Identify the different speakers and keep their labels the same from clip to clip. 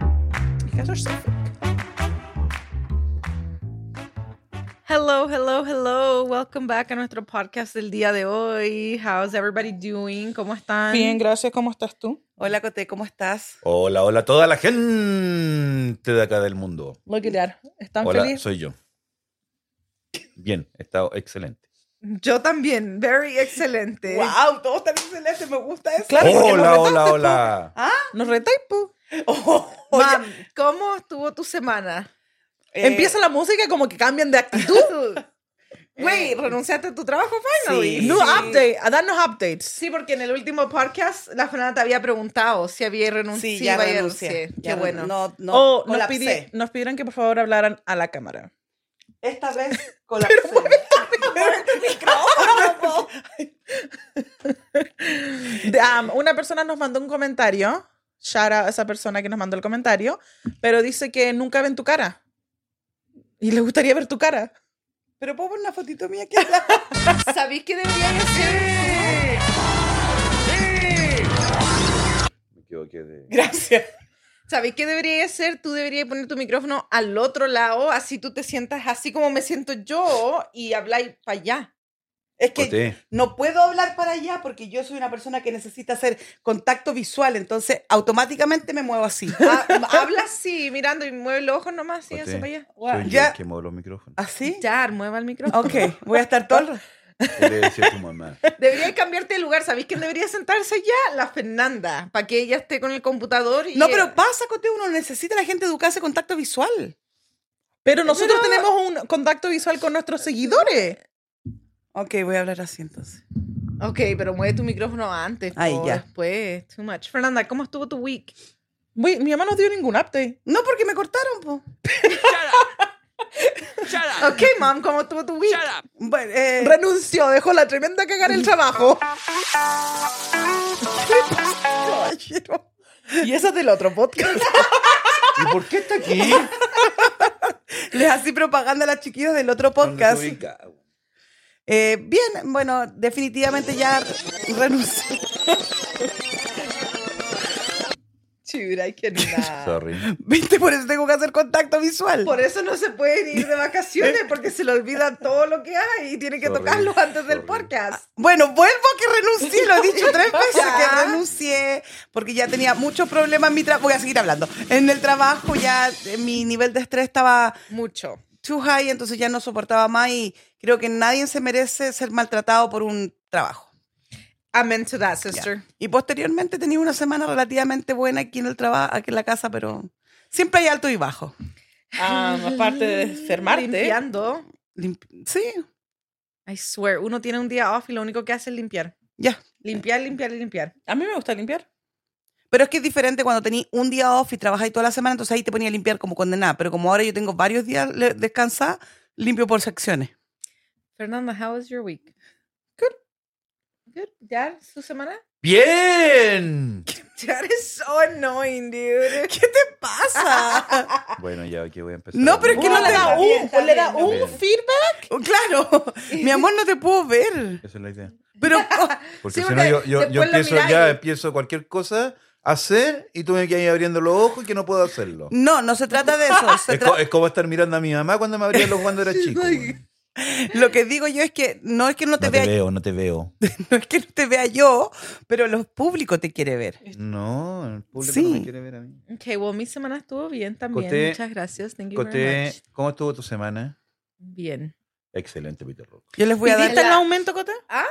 Speaker 1: podcasts are so fake.
Speaker 2: Hello, hello, hello. Welcome back a nuestro podcast del día de hoy. How's everybody doing? ¿Cómo están?
Speaker 1: Bien, gracias. ¿Cómo estás tú?
Speaker 2: Hola, Cote, ¿cómo estás?
Speaker 3: Hola, hola a toda la gente de acá del mundo.
Speaker 2: Look at that. ¿Están
Speaker 3: hola,
Speaker 2: feliz?
Speaker 3: soy yo. Bien, he estado excelente.
Speaker 2: Yo también. Very excelente.
Speaker 1: Wow, todos están excelentes. Me gusta eso.
Speaker 2: Claro, porque
Speaker 3: hola,
Speaker 2: nos
Speaker 3: hola, hola.
Speaker 1: Nos retáis, po.
Speaker 2: Oh, oye. Mam, ¿cómo estuvo tu semana?
Speaker 1: Eh, Empieza la música y como que cambian de actitud.
Speaker 2: Güey, ¿renunciaste a tu trabajo finally?
Speaker 1: New
Speaker 2: Eh, Sí.
Speaker 1: update, a darnos updates.
Speaker 2: Sí, porque en el último podcast la Fernanda te había preguntado si había renunciado.
Speaker 4: Sí, ya
Speaker 2: y
Speaker 4: renuncié.
Speaker 2: renuncié.
Speaker 4: ya
Speaker 2: Qué
Speaker 4: renun-
Speaker 2: bueno.
Speaker 4: No, no,
Speaker 1: Oh, nos,
Speaker 4: colapsé.
Speaker 1: pidi- nos pidieron que por favor hablaran a la cámara.
Speaker 4: Esta vez colapsé. micrófono.
Speaker 1: De- um, una persona nos mandó un comentario. Shout out a esa persona que nos mandó el comentario. Pero dice que nunca ven tu cara. Y le gustaría ver tu cara.
Speaker 4: Pero puedo poner una fotito mía que
Speaker 2: ¿Sabéis qué debería hacer?
Speaker 3: Me equivoqué de-
Speaker 4: Gracias.
Speaker 2: ¿Sabéis qué debería hacer? Tú deberías poner tu micrófono al otro lado, así tú te sientas así como me siento yo y habláis para allá.
Speaker 4: Es que
Speaker 3: Coté.
Speaker 4: no puedo hablar para allá porque yo soy una persona que necesita hacer contacto visual, entonces automáticamente me muevo así.
Speaker 2: Ha- Habla así, mirando y mueve los ojos nomás, así,
Speaker 3: Coté.
Speaker 2: hacia para allá.
Speaker 3: Soy yo
Speaker 4: Ya.
Speaker 3: el que muevo los micrófonos.
Speaker 4: ¿Así?
Speaker 2: Ya, mueva el micrófono.
Speaker 4: Ok, voy a estar todo el rato.
Speaker 3: ¿Qué le decía a tu mamá?
Speaker 2: Debería cambiarte de lugar. ¿Sabéis quién debería sentarse allá? La Fernanda, para que ella esté con el computador y...
Speaker 4: No, pero pasa, Cote, uno necesita la gente educarse contacto visual.
Speaker 1: Pero nosotros tenemos un contacto visual con nuestros seguidores.
Speaker 4: Ok, voy a hablar así entonces.
Speaker 2: Ok, pero mueve tu micrófono antes.
Speaker 4: Ahí,
Speaker 2: po,
Speaker 4: ya.
Speaker 2: Después, too much. Fernanda, ¿cómo estuvo tu week?
Speaker 1: Uy, mi mamá no dio ningún update.
Speaker 4: No, porque me cortaron, po.
Speaker 2: Ok, mom, ¿cómo estuvo tu week?
Speaker 4: Bueno, eh,
Speaker 1: Renunció, dejó la tremenda cagar el trabajo.
Speaker 4: caballero.
Speaker 1: Y eso es del otro podcast.
Speaker 3: ¿Y por qué está aquí?
Speaker 4: les así propaganda a las chiquillos del otro podcast. Eh, bien, bueno, definitivamente ya re- renuncié.
Speaker 2: Dude, I cannot.
Speaker 3: Sorry.
Speaker 4: Viste, por eso tengo que hacer contacto visual.
Speaker 2: Por eso no se pueden ir de vacaciones, porque se le olvida todo lo que hay y tiene que
Speaker 3: Sorry,
Speaker 2: tocarlo antes del
Speaker 3: sorry.
Speaker 2: podcast.
Speaker 4: Bueno, vuelvo a que renuncié, lo he dicho tres veces
Speaker 2: Ya.
Speaker 4: que renuncié, porque ya tenía muchos problemas en mi trabajo. Voy a seguir hablando. En el trabajo ya eh, mi nivel de estrés estaba
Speaker 2: Mucho.
Speaker 4: too high, entonces ya no soportaba más y creo que nadie se merece ser maltratado por un trabajo.
Speaker 2: Amen to that,
Speaker 4: Ya.
Speaker 2: sister.
Speaker 4: Y posteriormente tenía una semana relativamente buena aquí en el trabajo, aquí en la casa, pero siempre hay alto y bajo.
Speaker 1: aparte de enfermarte.
Speaker 2: Limpiando.
Speaker 4: Limp- sí,
Speaker 2: I swear, uno tiene un día off y lo único que hace es limpiar.
Speaker 4: ya.
Speaker 2: Limpiar, limpiar y limpiar.
Speaker 1: A mí me gusta limpiar.
Speaker 4: Pero es que es diferente cuando tenéis un día off y trabajáis toda la semana, entonces ahí te ponía a limpiar como condenada. Pero como ahora yo tengo varios días le- descansar, limpio por secciones.
Speaker 2: Fernanda, how was your week? Good. Good. ¿Ya su semana?
Speaker 3: ¡Bien!
Speaker 2: That is so annoying, dude.
Speaker 4: ¿Qué te pasa?
Speaker 3: Bueno, ya aquí voy a empezar.
Speaker 4: No, pero es que
Speaker 1: Uno
Speaker 4: no
Speaker 1: le
Speaker 4: te
Speaker 1: da
Speaker 4: da
Speaker 2: bien, está
Speaker 1: un, le da
Speaker 2: bien,
Speaker 1: un
Speaker 3: está bien.
Speaker 1: feedback.
Speaker 4: claro, mi amor, no te puedo ver.
Speaker 3: Esa es la idea.
Speaker 4: Pero oh,
Speaker 3: Porque
Speaker 2: Sí,
Speaker 3: si
Speaker 2: porque
Speaker 3: no, yo, yo, yo
Speaker 2: después lo
Speaker 3: empiezo
Speaker 2: miráis.
Speaker 3: ya, empiezo cualquier cosa a hacer y tú me quedas ahí abriendo los ojos y que no puedo hacerlo.
Speaker 4: no, no se trata de eso. se
Speaker 3: Es,
Speaker 4: tra-
Speaker 3: co- es como estar mirando a mi mamá cuando me abría los ojos cuando era chico. güey.
Speaker 4: Lo que digo yo es que no es que no te,
Speaker 3: No te
Speaker 4: vea,
Speaker 3: veo, no te veo.
Speaker 4: no es que no te vea yo, pero los públicos te quiere ver.
Speaker 3: Este. No, el público
Speaker 4: Sí.
Speaker 3: no me quiere ver a mí.
Speaker 2: Okay, well, mi semana estuvo bien también.
Speaker 3: Coté-
Speaker 2: Muchas gracias. Thank you very
Speaker 3: Coté,
Speaker 2: much.
Speaker 3: ¿cómo estuvo tu semana?
Speaker 2: Bien.
Speaker 3: Excelente, Peter Rock.
Speaker 4: Yo les voy a dar.
Speaker 1: ¿Pidiste
Speaker 2: darle-
Speaker 1: el aumento, Cota?
Speaker 2: ¿Ah?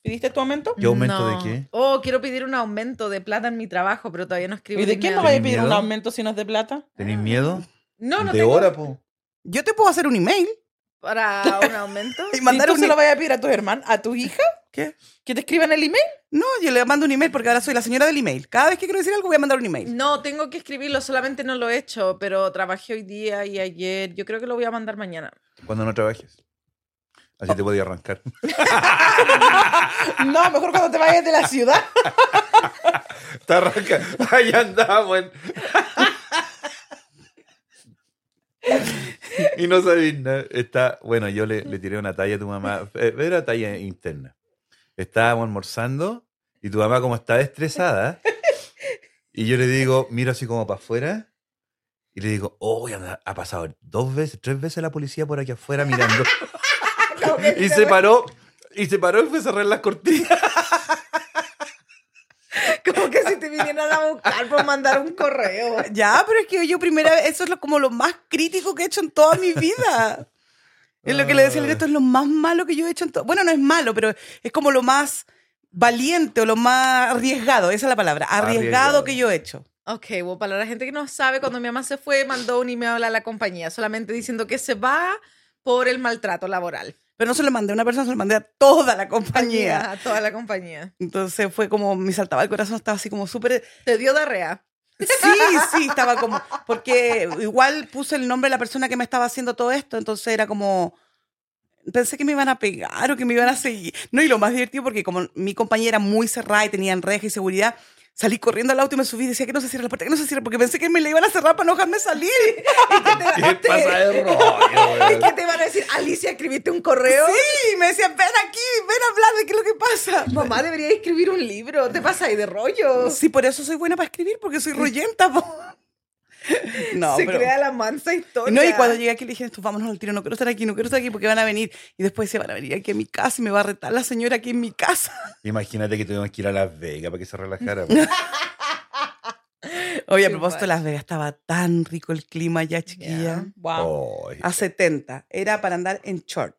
Speaker 1: ¿Pidiste tu aumento?
Speaker 3: ¿Qué aumento
Speaker 2: No.
Speaker 3: de qué?
Speaker 2: Oh, quiero pedir un aumento de plata en mi trabajo, pero todavía no escribo.
Speaker 1: ¿Y de
Speaker 2: ni
Speaker 1: qué
Speaker 2: mierda.
Speaker 1: nos vais a
Speaker 3: ¿Tenés
Speaker 1: pedir un
Speaker 3: miedo?
Speaker 1: aumento si no es de plata?
Speaker 3: ¿Tenéis miedo?
Speaker 2: No, no
Speaker 3: de
Speaker 2: tengo
Speaker 3: hora, po.
Speaker 4: Yo te puedo hacer un email
Speaker 2: para un aumento.
Speaker 4: y
Speaker 1: ¿Y
Speaker 4: mandar
Speaker 1: tú
Speaker 4: un.
Speaker 1: se lo vayas a pedir a tus hermanos, a tu hija?
Speaker 4: ¿Qué?
Speaker 1: ¿Que te escriban el email?
Speaker 4: No, yo le mando un email porque ahora soy la señora del email. Cada vez que quiero decir algo voy a mandar un email.
Speaker 2: No, tengo que escribirlo, solamente no lo he hecho, pero trabajé hoy día y ayer. Yo creo que lo voy a mandar mañana.
Speaker 3: Cuando no trabajes.
Speaker 2: Oh.
Speaker 3: Así te podía arrancar.
Speaker 1: No, mejor cuando te vayas de la ciudad.
Speaker 3: Te arranca. Ahí andamos. en- y no sabéis nada. Está, bueno, yo le, le tiré una talla a tu mamá. eh, Era talla interna. Estábamos almorzando y tu mamá como está estresada. Y yo le digo, miro así como para afuera Y le digo, oh, ha, ha pasado dos veces, tres veces la policía por aquí afuera mirando. y se paró, y se paró y fue a cerrar las cortinas.
Speaker 2: Como que si te vinieran a buscar por mandar un correo.
Speaker 4: Ya, pero es que yo primera vez, eso es lo, como lo más crítico que he hecho en toda mi vida. Es lo que le decía al esto es lo más malo que yo he hecho en todo. Bueno, no es malo, pero es como lo más valiente o lo más arriesgado, esa es la palabra, arriesgado,
Speaker 3: Arriesgado.
Speaker 4: que yo he hecho.
Speaker 2: Ok, bueno, para la gente que no sabe, cuando mi mamá se fue, mandó un email a la compañía solamente diciendo que se va por el maltrato laboral.
Speaker 4: Pero no se lo mandé a una persona, se lo mandé a toda la compañía.
Speaker 2: A toda la compañía.
Speaker 4: Entonces fue como, me saltaba el corazón, estaba así como súper...
Speaker 2: Te dio diarrea.
Speaker 4: Sí, sí, estaba como... Porque igual puse el nombre de la persona que me estaba haciendo todo esto, entonces era como... Pensé que me iban a pegar o que me iban a seguir. No, y lo más divertido porque como mi compañía era muy cerrada y tenían reja y seguridad, salí corriendo al auto y me subí y decía que no se cierra la puerta, que no se cierra, porque pensé que me la iban a cerrar para no dejarme salir.
Speaker 3: ¿Qué pasa de rollo, güey?
Speaker 2: ¿Qué te van a decir? Alicia, escribiste un correo.
Speaker 4: Sí, me decían, ven aquí, ven a hablar de qué es lo que pasa.
Speaker 2: Mamá debería escribir un libro. Te pasa ahí de rollo.
Speaker 4: Sí, por eso soy buena para escribir, porque soy rollenta. po. No,
Speaker 2: se
Speaker 4: pero-
Speaker 2: crea la mansa historia.
Speaker 4: No, y cuando llegué aquí le dije, "Esto, vámonos al tiro, no quiero estar aquí, no quiero estar aquí porque van a venir. Y después se van a venir aquí a mi casa y me va a retar la señora aquí en mi casa.
Speaker 3: Imagínate que tuvimos que ir a Las Vegas para que se relajara. güey.
Speaker 4: Oye, a
Speaker 2: Sí,
Speaker 4: propósito de
Speaker 2: vale.
Speaker 4: Las Vegas, estaba tan rico el clima ya, chiquilla.
Speaker 2: Ya.
Speaker 1: Wow.
Speaker 3: Ay.
Speaker 4: A 70. Era para andar en short.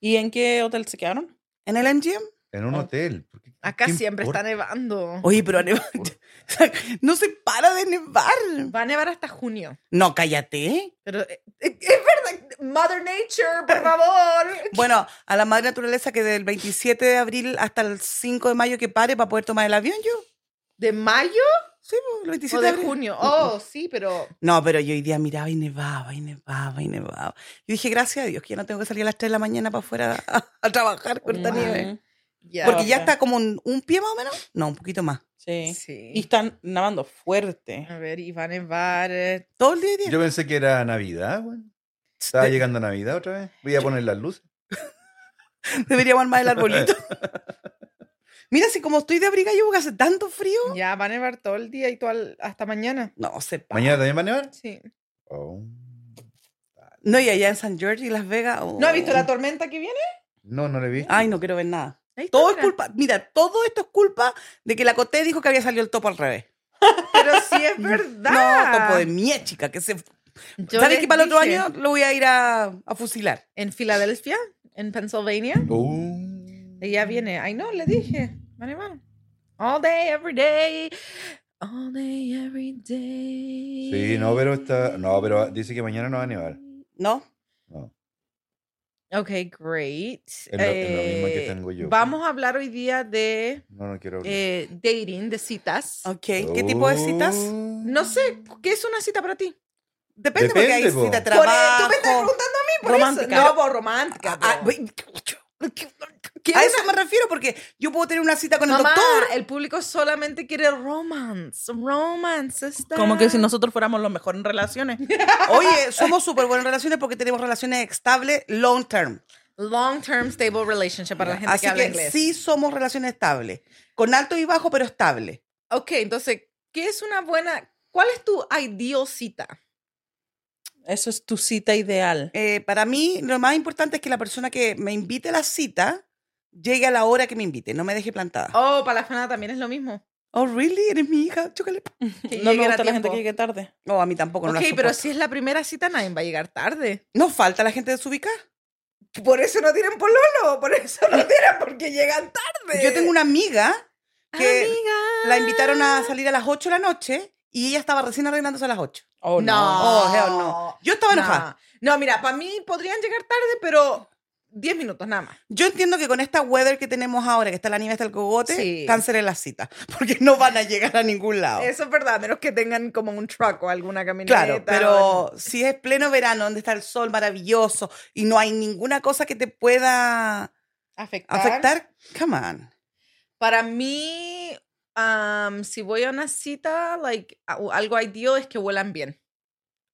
Speaker 1: ¿Y en qué hotel se quedaron?
Speaker 4: ¿En el MGM?
Speaker 3: En un hotel. ¿Por qué-
Speaker 2: Acá
Speaker 3: qué
Speaker 2: siempre
Speaker 3: importa?
Speaker 2: está nevando.
Speaker 4: Oye, pero neva- no se para de nevar.
Speaker 2: Va a nevar hasta junio.
Speaker 4: No, cállate.
Speaker 2: Pero eh, eh, es verdad. Mother Nature, por favor.
Speaker 4: Bueno, a la madre naturaleza que del 27 de abril hasta el 5 de mayo que pare para poder tomar el avión yo.
Speaker 2: ¿De mayo
Speaker 4: Sí, pues, el 27
Speaker 2: o
Speaker 4: de
Speaker 2: de
Speaker 4: abril.
Speaker 2: junio? Oh, sí, pero.
Speaker 4: No, pero yo hoy día miraba y nevaba y nevaba y nevaba. Yo dije, gracias a Dios que ya no tengo que salir a las 3 de la mañana para afuera a, a trabajar con esta
Speaker 1: Mm.
Speaker 2: Wow.
Speaker 4: nieve.
Speaker 2: Ya.
Speaker 4: Porque
Speaker 1: ok.
Speaker 4: ya está como un, un pie más o menos. No, un poquito más.
Speaker 1: Sí.
Speaker 2: Sí.
Speaker 1: Y están nadando fuerte.
Speaker 2: A ver, y va a nevar. eh,
Speaker 4: Todo el día y día.
Speaker 3: Yo pensé que era Navidad, güey. Estaba llegando Navidad otra vez. Voy a poner las luces.
Speaker 4: Deberíamos armar el arbolito. Mira, si como estoy de abriga yo porque hace tanto frío.
Speaker 2: Ya va a nevar todo el día y todo al- hasta mañana.
Speaker 4: No, se para.
Speaker 3: ¿Mañana también va a nevar?
Speaker 2: Sí.
Speaker 3: Oh.
Speaker 4: No, y allá en San George y Las Vegas. oh.
Speaker 2: ¿No ha visto la tormenta que viene?
Speaker 3: No, no le vi.
Speaker 4: Ay, no quiero ver nada.
Speaker 2: Ahí está,
Speaker 4: Todo es
Speaker 2: mira.
Speaker 4: culpa, mira, todo esto es culpa de que la Coté dijo que había salido el topo al revés.
Speaker 2: Pero sí es
Speaker 4: No, topo
Speaker 2: verdad.
Speaker 4: de mierda, chica, que se...
Speaker 2: Yo
Speaker 4: ¿Sabes
Speaker 2: les
Speaker 4: que para el otro
Speaker 2: dije,
Speaker 4: año lo voy a ir a, a fusilar?
Speaker 2: En Filadelfia, en Pennsylvania.
Speaker 3: Uh.
Speaker 2: Ella viene. Ay, no, le dije. Va a nevar. All day, every day. All day, every day.
Speaker 3: Sí, no, pero está. No, pero dice que mañana no va a nevar.
Speaker 4: ¿No?
Speaker 3: No.
Speaker 2: Ok, great.
Speaker 3: lo- es lo mismo que
Speaker 2: Eh,
Speaker 3: tengo yo. pues.
Speaker 2: Vamos a hablar hoy día de
Speaker 3: No, no quiero. hablar.
Speaker 2: eh, dating, de citas.
Speaker 4: Ok, ¿qué tipo de citas?
Speaker 3: Oh.
Speaker 2: No sé, ¿qué es una cita para ti?
Speaker 4: Depende, porque hay
Speaker 3: Depende, po.
Speaker 4: cita de
Speaker 3: Por-
Speaker 2: Por- eh, tú
Speaker 4: trabajo.
Speaker 2: me estás preguntando a mí por
Speaker 1: Romántica.
Speaker 2: eso. No, por romántica. pues.
Speaker 4: Ah,
Speaker 2: po.
Speaker 4: uy, a eso me refiero porque yo puedo tener una cita con el
Speaker 2: Mamá,
Speaker 4: doctor.
Speaker 2: el público solamente quiere romance. Romance. está.
Speaker 1: Como que si nosotros fuéramos los mejores en relaciones.
Speaker 4: Oye, somos súper buenas en relaciones porque tenemos relaciones estables long term.
Speaker 2: Long term stable relationship para la gente
Speaker 4: Así
Speaker 2: que habla
Speaker 4: que,
Speaker 2: inglés.
Speaker 4: sí somos relaciones estables. Con alto y bajo, pero estable.
Speaker 2: Ok, entonces, ¿qué es una buena. ¿Cuál es tu ideal cita?
Speaker 1: Eso es tu cita ideal.
Speaker 4: Eh, para mí, lo más importante es que la persona que me invite a la cita llegue a la hora que me invite, no me deje plantada. Oh,
Speaker 2: Oh, para la fanada también es lo mismo.
Speaker 4: really? ¿Eres mi hija? Chúcale.
Speaker 2: Que
Speaker 1: No me
Speaker 2: lleguen a
Speaker 1: gusta la gente
Speaker 2: tiempo.
Speaker 1: que llegue tarde.
Speaker 4: No, a mí tampoco. No la
Speaker 2: ok, pero
Speaker 4: soporto.
Speaker 2: si es la primera cita, nadie va a llegar tarde.
Speaker 4: ¿No falta la gente desubicada?
Speaker 2: Por eso no tienen pololo, por eso no tienen, porque llegan tarde.
Speaker 4: Yo tengo una amiga que
Speaker 2: Ah, Amiga.
Speaker 4: la invitaron a salir a las 8 de la noche y ella estaba recién arreglándose a las 8.
Speaker 1: Oh,
Speaker 2: No.
Speaker 4: Oh, hell no. Yo estaba enojada.
Speaker 2: No, no, mira, para mí podrían llegar tarde, pero 10 minutos nada más.
Speaker 4: Yo entiendo que con esta weather que tenemos ahora, que está la nieve hasta el cogote,
Speaker 2: Sí.
Speaker 4: cancelen las citas, porque no van a llegar a ningún lado.
Speaker 2: Eso es verdad, a menos que tengan como un truck o alguna camioneta.
Speaker 4: Claro, pero si es pleno verano, donde está el sol maravilloso y no hay ninguna cosa que te pueda
Speaker 2: Afectar.
Speaker 4: afectar, come on.
Speaker 2: Para mí, um, si voy a una cita, like, a- algo ideal es que huelan bien.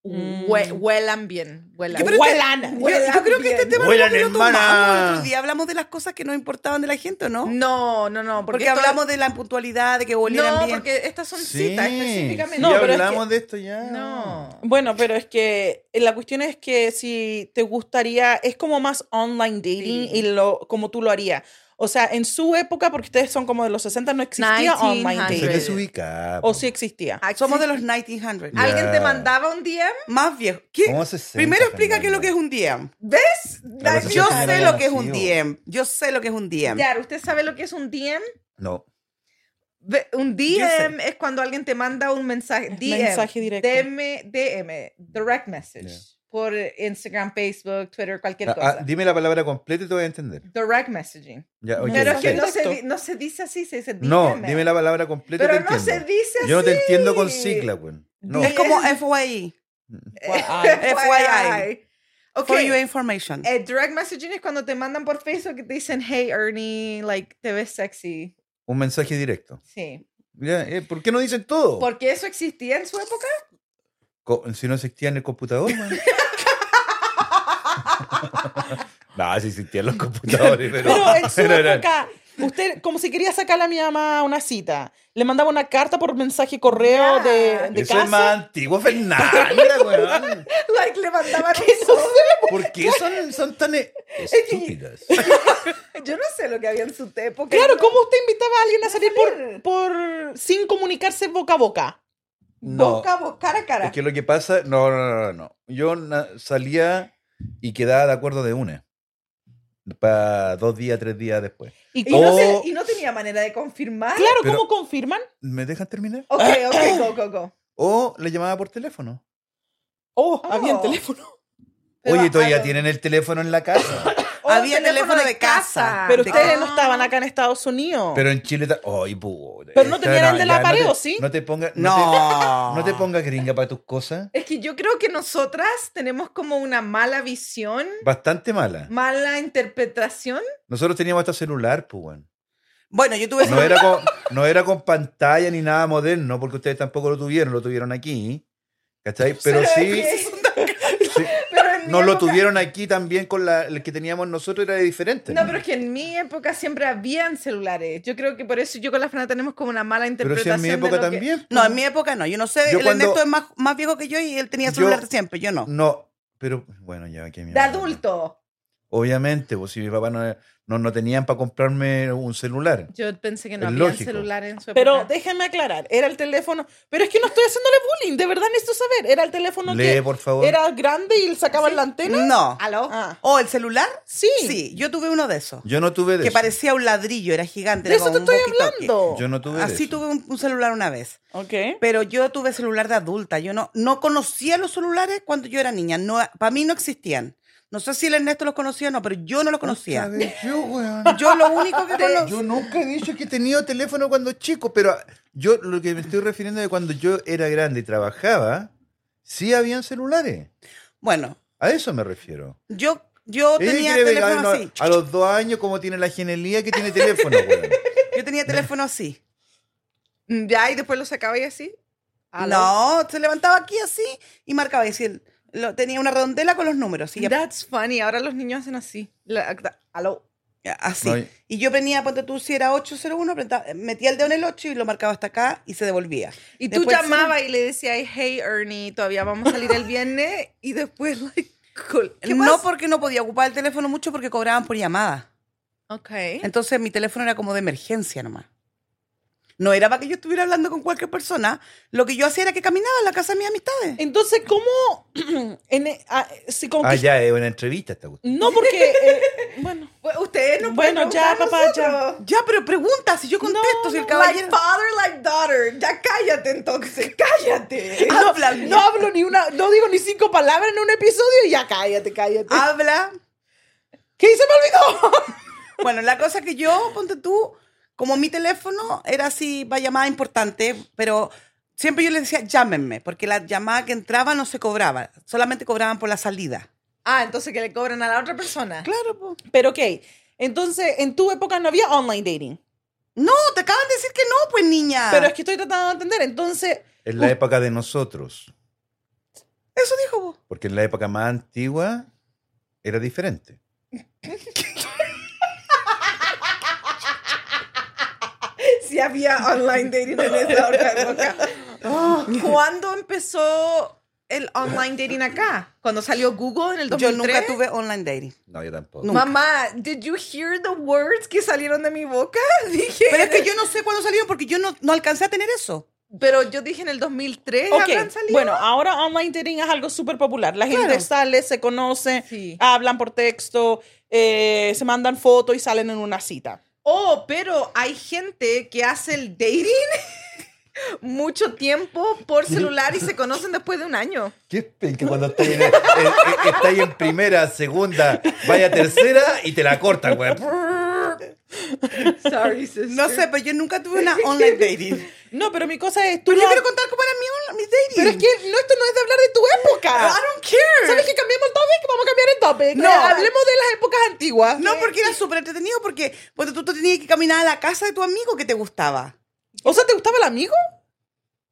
Speaker 2: hue- huelan bien. Huelan.
Speaker 4: ¿Qué, pero este-
Speaker 1: Huelan,
Speaker 4: Mm. yo- Yo,
Speaker 1: huelan
Speaker 4: creo que este
Speaker 1: bien.
Speaker 4: tema
Speaker 3: Huelan,
Speaker 4: no lo tomamos
Speaker 3: hermana.
Speaker 4: el otro día. Hablamos de las cosas que nos importaban de la gente, ¿o no?
Speaker 2: No, no, no.
Speaker 4: porque
Speaker 2: Porque, esto-
Speaker 4: hablamos de la puntualidad, de que volvieran
Speaker 2: No,
Speaker 4: bien.
Speaker 2: porque estas son
Speaker 3: Sí,
Speaker 2: citas específicamente.
Speaker 1: No,
Speaker 3: ya
Speaker 1: pero es que-
Speaker 3: hablamos de esto ya.
Speaker 2: No.
Speaker 1: Bueno, pero es que eh, la cuestión es que si te gustaría, es como más online dating y lo como tú lo harías. O sea, en su época, porque ustedes son como de los 60, no existía
Speaker 2: 1900.
Speaker 1: online
Speaker 3: Se
Speaker 1: dating.
Speaker 3: desubica.
Speaker 1: O sí existía.
Speaker 2: Ah,
Speaker 4: Somos
Speaker 2: sí.
Speaker 4: de los 1900.
Speaker 3: Ah,
Speaker 2: ¿Alguien
Speaker 3: Ya.
Speaker 2: te mandaba un DM?
Speaker 4: Más viejos. ¿Qué?
Speaker 3: ¿Cómo se siente,
Speaker 4: Primero explica qué es
Speaker 3: Fernanda?
Speaker 4: lo que es un DM.
Speaker 2: ¿Ves?
Speaker 3: La cosa
Speaker 4: Yo
Speaker 3: es que
Speaker 4: sé
Speaker 3: era
Speaker 4: lo que es un
Speaker 3: masivo.
Speaker 4: DM. Yo sé lo que es un DM.
Speaker 2: Claro, ¿usted sabe lo que es un DM?
Speaker 3: No.
Speaker 2: Ve- Un
Speaker 4: Yo
Speaker 2: DM es cuando alguien te manda un mensaje. DM,
Speaker 1: Mensaje directo.
Speaker 2: DM, DM, direct message.
Speaker 3: Ya.
Speaker 2: Por Instagram, Facebook, Twitter, cualquier
Speaker 3: Ah,
Speaker 2: cosa.
Speaker 3: ah, dime la palabra completa y te voy a entender.
Speaker 2: direct messaging.
Speaker 3: Ya, ok,
Speaker 2: Pero es que
Speaker 3: perfecto.
Speaker 2: no se,
Speaker 1: Perfecto.
Speaker 2: di- no se dice así, se dice DM.
Speaker 3: No, dime la palabra completa. y
Speaker 2: Pero
Speaker 3: te
Speaker 2: no se
Speaker 3: entiendo.
Speaker 2: dice así.
Speaker 3: Yo no te entiendo con sigla, güey. No.
Speaker 4: Es como E, FYI.
Speaker 2: FYI. Ok.
Speaker 4: For your information.
Speaker 2: eh, direct messaging es cuando te mandan por Facebook y te dicen, hey Ernie, like, te ves sexy.
Speaker 3: Un mensaje directo.
Speaker 2: Sí.
Speaker 3: Ya, eh, ¿Por qué no dicen todo?
Speaker 2: Porque eso existía en su época.
Speaker 3: Co- Si no existía en el computador, güey. no, sí existían los computadores, pero.
Speaker 1: Pero en su
Speaker 3: pero eran-
Speaker 1: época, usted, como si quería sacar a mi mamá a una cita, le mandaba una carta por mensaje correo
Speaker 2: Ya.
Speaker 1: de,
Speaker 3: Eso
Speaker 1: de
Speaker 3: es
Speaker 1: casa.
Speaker 3: más antiguo, Fernanda, weón.
Speaker 2: Like, le mandaban un
Speaker 1: Eso sí.
Speaker 3: ¿Por qué son, son tan e- estúpidas?
Speaker 2: Yo no sé lo que había en su época.
Speaker 1: Claro,
Speaker 2: No.
Speaker 1: ¿cómo usted invitaba a alguien a salir por, por sin comunicarse boca a boca?
Speaker 3: No.
Speaker 2: Boca a boca, cara a cara.
Speaker 3: Es que lo que pasa, no, no, no, no, no. Yo na- salía y quedaba de acuerdo de una. Para dos días, tres días después.
Speaker 1: Y,
Speaker 2: Y, no se-
Speaker 3: Oh.
Speaker 2: y no tenía manera de confirmar.
Speaker 1: claro,
Speaker 3: Pero-
Speaker 1: ¿cómo confirman?
Speaker 3: ¿Me dejan terminar?
Speaker 2: Ok, ok, go, go, go.
Speaker 3: O le llamaba por teléfono.
Speaker 1: Oh, había
Speaker 2: Oh.
Speaker 1: un teléfono.
Speaker 2: Pero
Speaker 3: Oye, todavía
Speaker 2: algo-
Speaker 3: tienen el teléfono en la casa.
Speaker 2: O
Speaker 4: Había teléfono de casa.
Speaker 1: Pero
Speaker 4: de
Speaker 1: ustedes
Speaker 4: que-
Speaker 1: no estaban acá en Estados Unidos.
Speaker 3: Pero en Chile. ta- Ay, puta.
Speaker 1: Pero no
Speaker 3: Esta-
Speaker 1: tenían el de la
Speaker 3: ya,
Speaker 1: pared,
Speaker 3: te-
Speaker 1: ¿o sí?
Speaker 3: No te pongas. No.
Speaker 4: No.
Speaker 3: te- no te pongas gringa para tus cosas.
Speaker 2: Es que yo creo que nosotras tenemos como una mala visión,
Speaker 3: Bastante mala.
Speaker 2: mala interpretación.
Speaker 3: Nosotros teníamos hasta celular, pues, weón.
Speaker 4: Bueno, yo tuve
Speaker 3: No era, con, no era con pantalla ni nada moderno, porque ustedes tampoco lo tuvieron, lo tuvieron aquí. ¿Cachai? Pero sí, sí,
Speaker 2: Pero en mi
Speaker 3: no lo
Speaker 2: época-
Speaker 3: tuvieron aquí también con la el que teníamos nosotros, era diferente.
Speaker 2: No, pero es que en mi época siempre habían celulares. Yo creo que por eso yo con la Fran tenemos como una mala
Speaker 3: Pero sí,
Speaker 2: interpretación.
Speaker 3: en mi
Speaker 2: de lo
Speaker 3: época
Speaker 2: que-
Speaker 3: también.
Speaker 4: No, en mi época no. Yo no sé.
Speaker 3: Yo
Speaker 4: el
Speaker 3: cuando-
Speaker 4: Ernesto es más, más viejo que yo y él tenía
Speaker 3: Yo-
Speaker 4: celular de siempre. Yo no.
Speaker 3: No, pero bueno, ya que
Speaker 2: De adulto.
Speaker 3: Obviamente, pues si mi papá no, no, no tenían para comprarme un celular.
Speaker 2: Yo pensé que no
Speaker 3: Es
Speaker 2: había
Speaker 3: lógico.
Speaker 2: celulares en su época.
Speaker 1: Pero déjenme aclarar, era el teléfono. Pero es que no estoy haciéndole bullying, de verdad necesito saber. Era el teléfono
Speaker 3: Lee,
Speaker 1: que
Speaker 3: por favor.
Speaker 1: era grande y sacaban la antena.
Speaker 4: No.
Speaker 2: ¿Aló?
Speaker 1: Ah,
Speaker 4: ¿O el celular?
Speaker 1: sí.
Speaker 4: Sí, yo tuve uno de esos.
Speaker 3: Yo no tuve de
Speaker 4: que
Speaker 3: eso.
Speaker 4: parecía un ladrillo, era gigante.
Speaker 1: De
Speaker 4: era
Speaker 1: eso te
Speaker 4: como un
Speaker 1: estoy
Speaker 4: walkie-talkie.
Speaker 1: hablando.
Speaker 3: Yo no tuve de
Speaker 4: Así
Speaker 3: eso.
Speaker 4: tuve un, un celular una vez.
Speaker 1: Ok.
Speaker 4: Pero yo tuve celular de adulta. Yo no, no conocía los celulares cuando yo era niña. No, para mí no existían. No sé si el Ernesto los conocía o no, pero yo no los
Speaker 3: A
Speaker 4: conocía.
Speaker 3: ver, yo, weón.
Speaker 4: Yo lo único que conocía.
Speaker 3: Yo nunca he dicho que he tenido teléfono cuando chico, pero yo lo que me estoy refiriendo de cuando yo era grande y trabajaba, sí habían celulares.
Speaker 4: Bueno,
Speaker 3: A eso me refiero.
Speaker 4: yo, yo
Speaker 3: Ella
Speaker 4: tenía
Speaker 3: quiere
Speaker 4: teléfono
Speaker 3: pegarnos
Speaker 4: así.
Speaker 3: a los dos años, como tiene la genialidad que tiene teléfono, weón.
Speaker 4: Yo tenía teléfono así.
Speaker 2: Mm, Ya, y después lo sacaba y así. ¿Aló?
Speaker 4: No, se levantaba aquí así y marcaba. Y si el- lo, tenía una redondela con los números. Y ya-
Speaker 2: That's funny. Ahora los niños hacen así. La- da- aló.
Speaker 4: así.
Speaker 3: No, y-
Speaker 4: y yo venía, ponte tú, si era 801, apretaba- metía el dedo en el 8 y lo marcaba hasta acá y se devolvía.
Speaker 2: Y tú
Speaker 4: Después-
Speaker 2: llamabas y le decías, hey Ernie, todavía vamos a salir el viernes. Y después, like, col- ¿qué
Speaker 4: No
Speaker 2: pasa?
Speaker 4: porque no podía ocupar el teléfono mucho porque cobraban por llamada.
Speaker 2: Ok.
Speaker 4: Entonces mi teléfono era como de emergencia nomás. No era para que yo estuviera hablando con cualquier persona. Lo que yo hacía era que caminaba en la casa de mis amistades.
Speaker 1: Entonces, ¿cómo? en, eh, ah, si
Speaker 3: Ah,
Speaker 1: conquist-
Speaker 3: ya, es una entrevista esta cuestión.
Speaker 1: No, porque. eh, bueno.
Speaker 2: Bueno, Pues, Ustedes no pueden
Speaker 1: Bueno, ya,
Speaker 2: preguntar a
Speaker 1: papá, ya.
Speaker 2: nosotros.
Speaker 4: Ya, pero pregunta, si yo contesto, si el
Speaker 2: Like
Speaker 4: caballero...
Speaker 2: father, like daughter. Ya cállate entonces, cállate.
Speaker 4: habla,
Speaker 1: No hablo ni una. No digo ni cinco palabras en un episodio y ya cállate, cállate.
Speaker 4: Ah. habla.
Speaker 1: ¿Qué se me olvidó?
Speaker 4: Bueno, la cosa que yo, ponte tú, como mi teléfono era así para llamada importante, pero siempre yo les decía, llámenme, porque la llamada que entraba no se cobraba, solamente cobraban por la salida.
Speaker 2: Ah, entonces que le cobran a la otra persona.
Speaker 4: Claro, pues.
Speaker 1: Pero ok. Entonces, en tu época no había online dating.
Speaker 4: No, te acaban de decir que no, pues niña.
Speaker 1: Pero es que estoy tratando de entender. Entonces,
Speaker 3: Es la época de nosotros.
Speaker 4: Uh. Eso po.
Speaker 3: Porque en la época más antigua era diferente.
Speaker 2: Si había online dating en esa otra época. Ah, ¿Cuándo empezó el online dating acá? ¿Cuando salió Google en el 2003?
Speaker 4: Yo nunca tuve online dating.
Speaker 3: No, yo tampoco.
Speaker 4: No.
Speaker 2: Mamá, did you hear the words que salieron de mi boca? Dije.
Speaker 4: Pero es que yo no sé cuándo salieron porque yo no, no alcancé a tener eso.
Speaker 2: Pero yo dije en el 2003
Speaker 1: Ok,
Speaker 2: habrán salido.
Speaker 1: bueno, ahora online dating es algo súper popular. La gente
Speaker 4: Claro.
Speaker 1: sale, se conoce,
Speaker 2: Sí.
Speaker 1: hablan por texto, eh, se mandan fotos y salen en una cita.
Speaker 2: Oh, pero hay gente que hace el dating mucho tiempo por celular y se conocen después de un año.
Speaker 3: Qué penca cuando estás en, eh, eh, estás en primera, segunda, vaya tercera y te la cortan, güey.
Speaker 2: Sorry, sister.
Speaker 4: No sé, pero yo nunca tuve una online dating.
Speaker 1: No, pero mi cosa es, tú
Speaker 4: Pero yo
Speaker 1: no-
Speaker 4: quiero contar cómo era mi, on- mi dating.
Speaker 1: Pero es que no, esto no es de hablar de tu época.
Speaker 2: Ah.
Speaker 4: I don't care.
Speaker 1: ¿Sabes que cambiamos el topic? Vamos a cambiar el topic.
Speaker 4: No.
Speaker 1: hablemos de las épocas antiguas.
Speaker 4: No, porque era súper entretenido porque, porque tú, tú tenías que caminar a la casa de tu amigo que te gustaba.
Speaker 1: O sea, ¿te gustaba el amigo?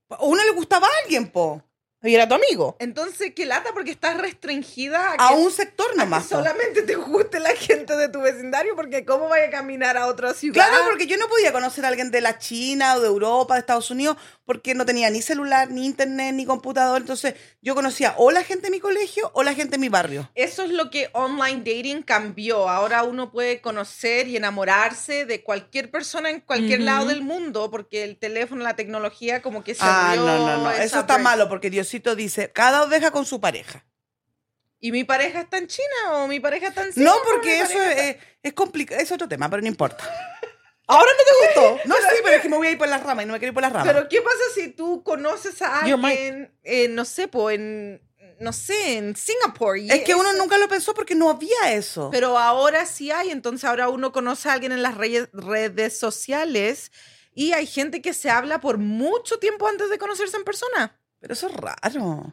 Speaker 4: O uno le gustaba a alguien, po.
Speaker 1: Y era tu amigo.
Speaker 2: Entonces, qué lata porque estás restringida a, que-
Speaker 4: A un sector
Speaker 2: a que
Speaker 4: nomás. po.
Speaker 2: solamente te guste la gente de tu vecindario porque cómo vaya a caminar a otra ciudad.
Speaker 4: Claro, porque yo no podía conocer a alguien de la China o de Europa, de Estados Unidos, porque no tenía ni celular, ni internet, ni computador. Entonces, yo conocía o la gente de mi colegio o la gente de mi barrio.
Speaker 2: Eso es lo que online dating cambió. Ahora uno puede conocer y enamorarse de cualquier persona en cualquier
Speaker 1: Ujú.
Speaker 2: lado del mundo porque el teléfono, la tecnología como que se
Speaker 4: Ah,
Speaker 2: abrió
Speaker 4: no, no, no.
Speaker 2: esa
Speaker 4: Eso está
Speaker 2: brecha.
Speaker 4: malo porque Diosito dice, cada oveja con su pareja.
Speaker 2: ¿Y mi pareja está en China o mi pareja está en
Speaker 4: no,
Speaker 2: Singapur, mi
Speaker 4: porque eso
Speaker 2: pareja está-
Speaker 4: es, es complicado. Es otro tema, pero no importa.
Speaker 1: Ahora no te gustó.
Speaker 4: No, sí, pero es que me voy a ir por las ramas y no me quiero ir por las ramas.
Speaker 2: Pero ¿qué pasa si tú conoces a
Speaker 1: Your mic.
Speaker 2: alguien, eh, no sé, po, en, no sé, en Singapur? y
Speaker 4: es que uno nunca lo pensó porque no había eso.
Speaker 2: Pero ahora sí hay, entonces ahora uno conoce a alguien en las reye- redes sociales y hay gente que se habla por mucho tiempo antes de conocerse en persona.
Speaker 4: Pero eso es raro.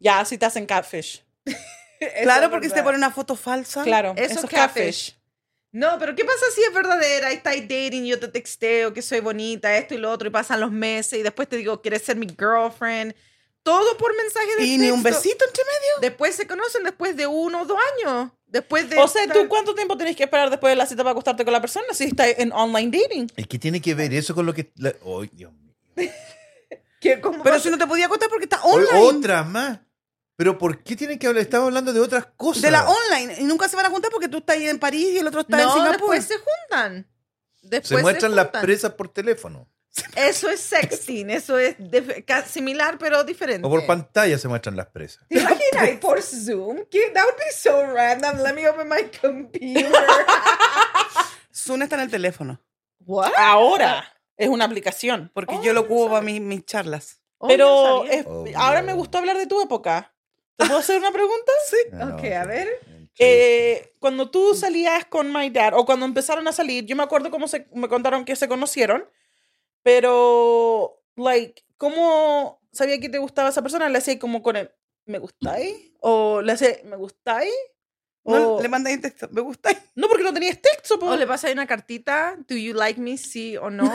Speaker 1: Ya, si te hacen catfish.
Speaker 4: Claro, porque si te pone una foto falsa.
Speaker 1: Claro,
Speaker 2: Ah, Eso
Speaker 1: eso,
Speaker 2: es
Speaker 1: es catfish.
Speaker 2: No, pero ¿qué pasa si es verdadera? Ahí Estáis dating, yo te texteo que soy bonita, esto y lo otro, y pasan los meses, y después te digo, ¿quieres ser mi girlfriend? Todo por mensaje de
Speaker 4: Y ni un
Speaker 2: texto.
Speaker 4: besito entre medio.
Speaker 2: Después se conocen después de uno o dos años. Después de.
Speaker 1: O sea,
Speaker 2: estar-
Speaker 1: ¿tú cuánto tiempo tenés que esperar después de la cita para acostarte con la persona si estás en online dating?
Speaker 3: ¿Y qué tiene que ver eso con lo que... la- Ay, Dios mío.
Speaker 2: ¿Qué? ¿Cómo
Speaker 4: Pero
Speaker 2: pasa?
Speaker 4: si no te podía contar porque está
Speaker 3: Hoy
Speaker 4: online.
Speaker 3: Otra más. Pero ¿por qué tienen que hablar? Estamos hablando de otras cosas.
Speaker 4: De la online. Y nunca se van a juntar porque tú estás ahí en París y el otro está en
Speaker 2: no,
Speaker 4: Singapur.
Speaker 2: después se juntan. Después
Speaker 3: Se muestran las
Speaker 2: juntan.
Speaker 3: presas por teléfono.
Speaker 2: Eso es sexting, eso es de- ca- similar pero diferente.
Speaker 3: O por pantalla se muestran las presas.
Speaker 2: ¿Te imaginas? Por Zoom. ¿Qué? That would be so random. Let me open my computer.
Speaker 4: Zuna está en el teléfono.
Speaker 2: What?
Speaker 1: Ahora es una aplicación.
Speaker 4: Porque
Speaker 2: Oh,
Speaker 4: yo lo
Speaker 2: no
Speaker 4: cubo
Speaker 2: sabía.
Speaker 4: para mis, mis charlas.
Speaker 2: Oh,
Speaker 1: Pero
Speaker 2: no sabía.
Speaker 1: es-
Speaker 3: Oh,
Speaker 1: ahora
Speaker 3: no.
Speaker 1: me gustó hablar de tu época. ¿Te puedo hacer una pregunta? sí.
Speaker 3: Ah, No,
Speaker 2: Ok,
Speaker 3: no,
Speaker 2: a
Speaker 3: sí.
Speaker 2: ver.
Speaker 1: Eh, cuando tú salías con My Dad o cuando empezaron a salir, yo me acuerdo cómo se, me contaron que se conocieron, pero, like, ¿cómo sabía que te gustaba esa persona? ¿Le hacía como con el, ¿me gustáis? ¿O le hacía, ¿me gustáis?
Speaker 4: No,
Speaker 1: O-
Speaker 4: le mandé un texto. Me gusta.
Speaker 1: No, porque no tenías texto. po.
Speaker 2: O Oh, le pasa ahí una cartita. ¿Do you like me? Sí o no.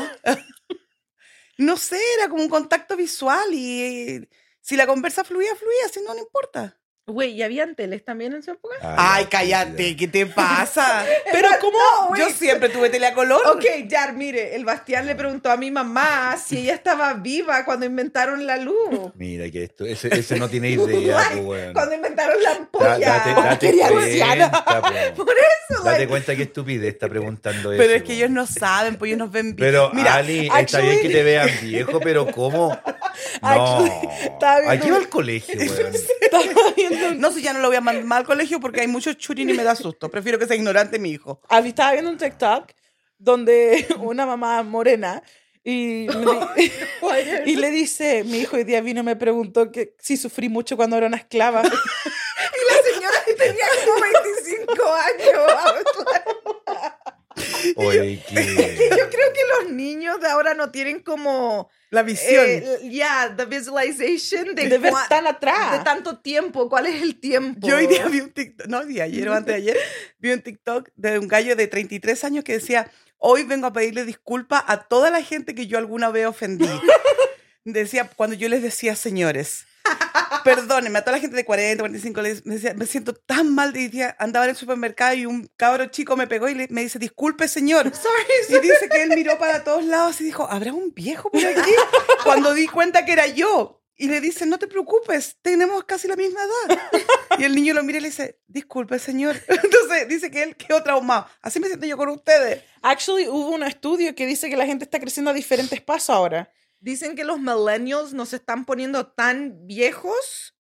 Speaker 4: No sé, era como un contacto visual y eh, si la conversa fluía, fluía. Si no, no importa.
Speaker 2: Güey, ¿y habían teles también en su época?
Speaker 4: Ay,
Speaker 3: la
Speaker 4: cállate.
Speaker 3: estúpida.
Speaker 4: ¿Qué te pasa?
Speaker 1: pero ¿cómo?
Speaker 4: yo siempre tuve tele a color.
Speaker 2: Ok, Jar, mire, el Bastián le preguntó a mi mamá si ella estaba viva cuando inventaron la luz.
Speaker 3: Mira que esto, ese, ese no tiene idea,
Speaker 2: Like,
Speaker 3: pues, weón.
Speaker 2: Cuando inventaron la
Speaker 3: Da-
Speaker 2: ampolla.
Speaker 3: date, date
Speaker 1: Porquería
Speaker 3: cuenta,
Speaker 1: anciana.
Speaker 3: po.
Speaker 2: Por eso,
Speaker 3: Date
Speaker 2: like,
Speaker 3: cuenta que estupidez está preguntando eso.
Speaker 4: Pero es que
Speaker 3: po.
Speaker 4: ellos no saben, pues ellos nos ven bien.
Speaker 3: Pero
Speaker 4: Mira,
Speaker 3: Ali, está
Speaker 1: actually-
Speaker 3: bien que te vean viejo, pero ¿cómo? No.
Speaker 1: Actually, estaba viendo-
Speaker 3: Aquí va al colegio, weón.
Speaker 1: Estaba viendo un-
Speaker 4: no sé, ya no lo voy a mandar al colegio porque hay muchos churin y me da susto. Prefiero que sea ignorante mi hijo.
Speaker 1: Ah, estaba viendo un TikTok donde una mamá morena y, me di- y le dice, mi hijo hoy día vino y me preguntó que si sufrí mucho cuando era una esclava.
Speaker 2: Y la señora que tenía como 25 años.
Speaker 3: Oye, que...
Speaker 2: Yo creo que los niños de ahora no tienen como.
Speaker 4: La visión.
Speaker 2: eh, yeah, the visualization de,
Speaker 1: De ver
Speaker 2: cua-
Speaker 1: tan atrás.
Speaker 2: de tanto tiempo. ¿Cuál es el tiempo?
Speaker 4: Yo hoy día vi un TikTok, no, de ayer o antes de ayer, vi un TikTok de un gallo de 33 años que decía, hoy vengo a pedirle disculpas a toda la gente que yo alguna vez ofendí. Decía, cuando yo les decía, señores, Perdónenme, a toda la gente de 40, 45 les me decía, me siento tan mal. Y decía, andaba en el supermercado y un cabro chico me pegó y le- me dice, disculpe, señor. Y dice que él miró para todos lados y dijo, ¿habrá un viejo por aquí? Cuando di cuenta que era yo. Y le dice, no te preocupes, tenemos casi la misma edad. Y el niño lo mira y le dice, disculpe, señor. Entonces dice que él quedó traumado. Así me siento yo con ustedes.
Speaker 1: Actually, hubo un estudio que dice que la gente está creciendo a diferentes pasos ahora.
Speaker 2: Dicen que los millennials nos están poniendo tan viejos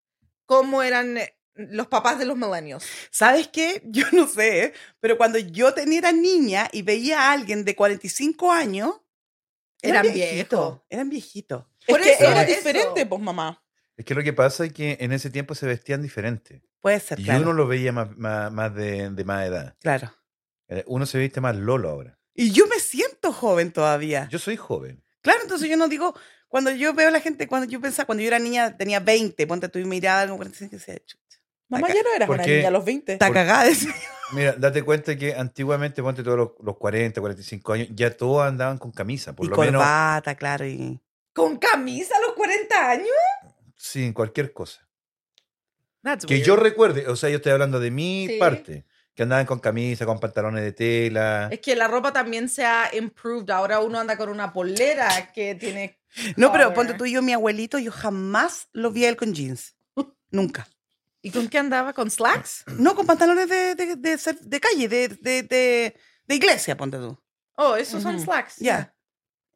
Speaker 2: como eran eh, los papás de los millennials.
Speaker 4: ¿Sabes qué? Yo no sé, ¿eh? pero cuando yo tenía, era niña y veía a alguien de 45 años, eran,
Speaker 2: Eran
Speaker 4: viejitos.
Speaker 2: viejos.
Speaker 4: Eran viejitos.
Speaker 2: Por
Speaker 1: es que
Speaker 2: eso,
Speaker 1: era
Speaker 2: eso.
Speaker 1: diferente, pues mamá.
Speaker 3: Es que lo que pasa es que en ese tiempo se vestían diferente.
Speaker 4: Puede ser,
Speaker 3: Y
Speaker 4: claro.
Speaker 3: uno lo veía más, más, más de, de más edad.
Speaker 4: Claro.
Speaker 3: Eh, Uno se viste más lolo ahora.
Speaker 4: Y yo me siento joven todavía.
Speaker 3: Yo soy joven.
Speaker 4: Claro, entonces yo no digo, cuando yo veo a la gente, cuando yo pensaba, cuando yo era niña, tenía 20, ponte tu mirada, algo 45, y decía, "Chuta,
Speaker 1: Mamá
Speaker 4: Acá-
Speaker 1: ya no eras una
Speaker 3: Porque-
Speaker 1: niña a los 20.
Speaker 4: está
Speaker 3: Por-
Speaker 4: cagada. decía.
Speaker 3: Mira, date cuenta que antiguamente, ponte todos los, los 40, 45 años, ya todos andaban con camisa. Por
Speaker 4: Y
Speaker 3: lo menos,
Speaker 4: corbata, claro. Y...
Speaker 2: ¿Con camisa a los 40 años?
Speaker 3: sí, en cualquier cosa.
Speaker 2: That's
Speaker 3: Que
Speaker 2: weird.
Speaker 3: yo recuerde, o sea, yo estoy hablando de mi
Speaker 2: Sí.
Speaker 3: parte, que andaban con camisa, con pantalones de tela.
Speaker 2: Es que la ropa también se ha improved. Ahora uno anda con una polera que tiene...
Speaker 4: No, pero
Speaker 2: Color.
Speaker 4: ponte tú y yo, mi abuelito, yo jamás lo vi a él con jeans. Nunca.
Speaker 2: ¿Y con qué andaba? ¿Con slacks?
Speaker 4: No, con pantalones de, de, de ser- de calle, de, de, de- de iglesia, ponte tú.
Speaker 2: Oh, esos son
Speaker 1: Ujú.
Speaker 2: slacks.
Speaker 4: Ya.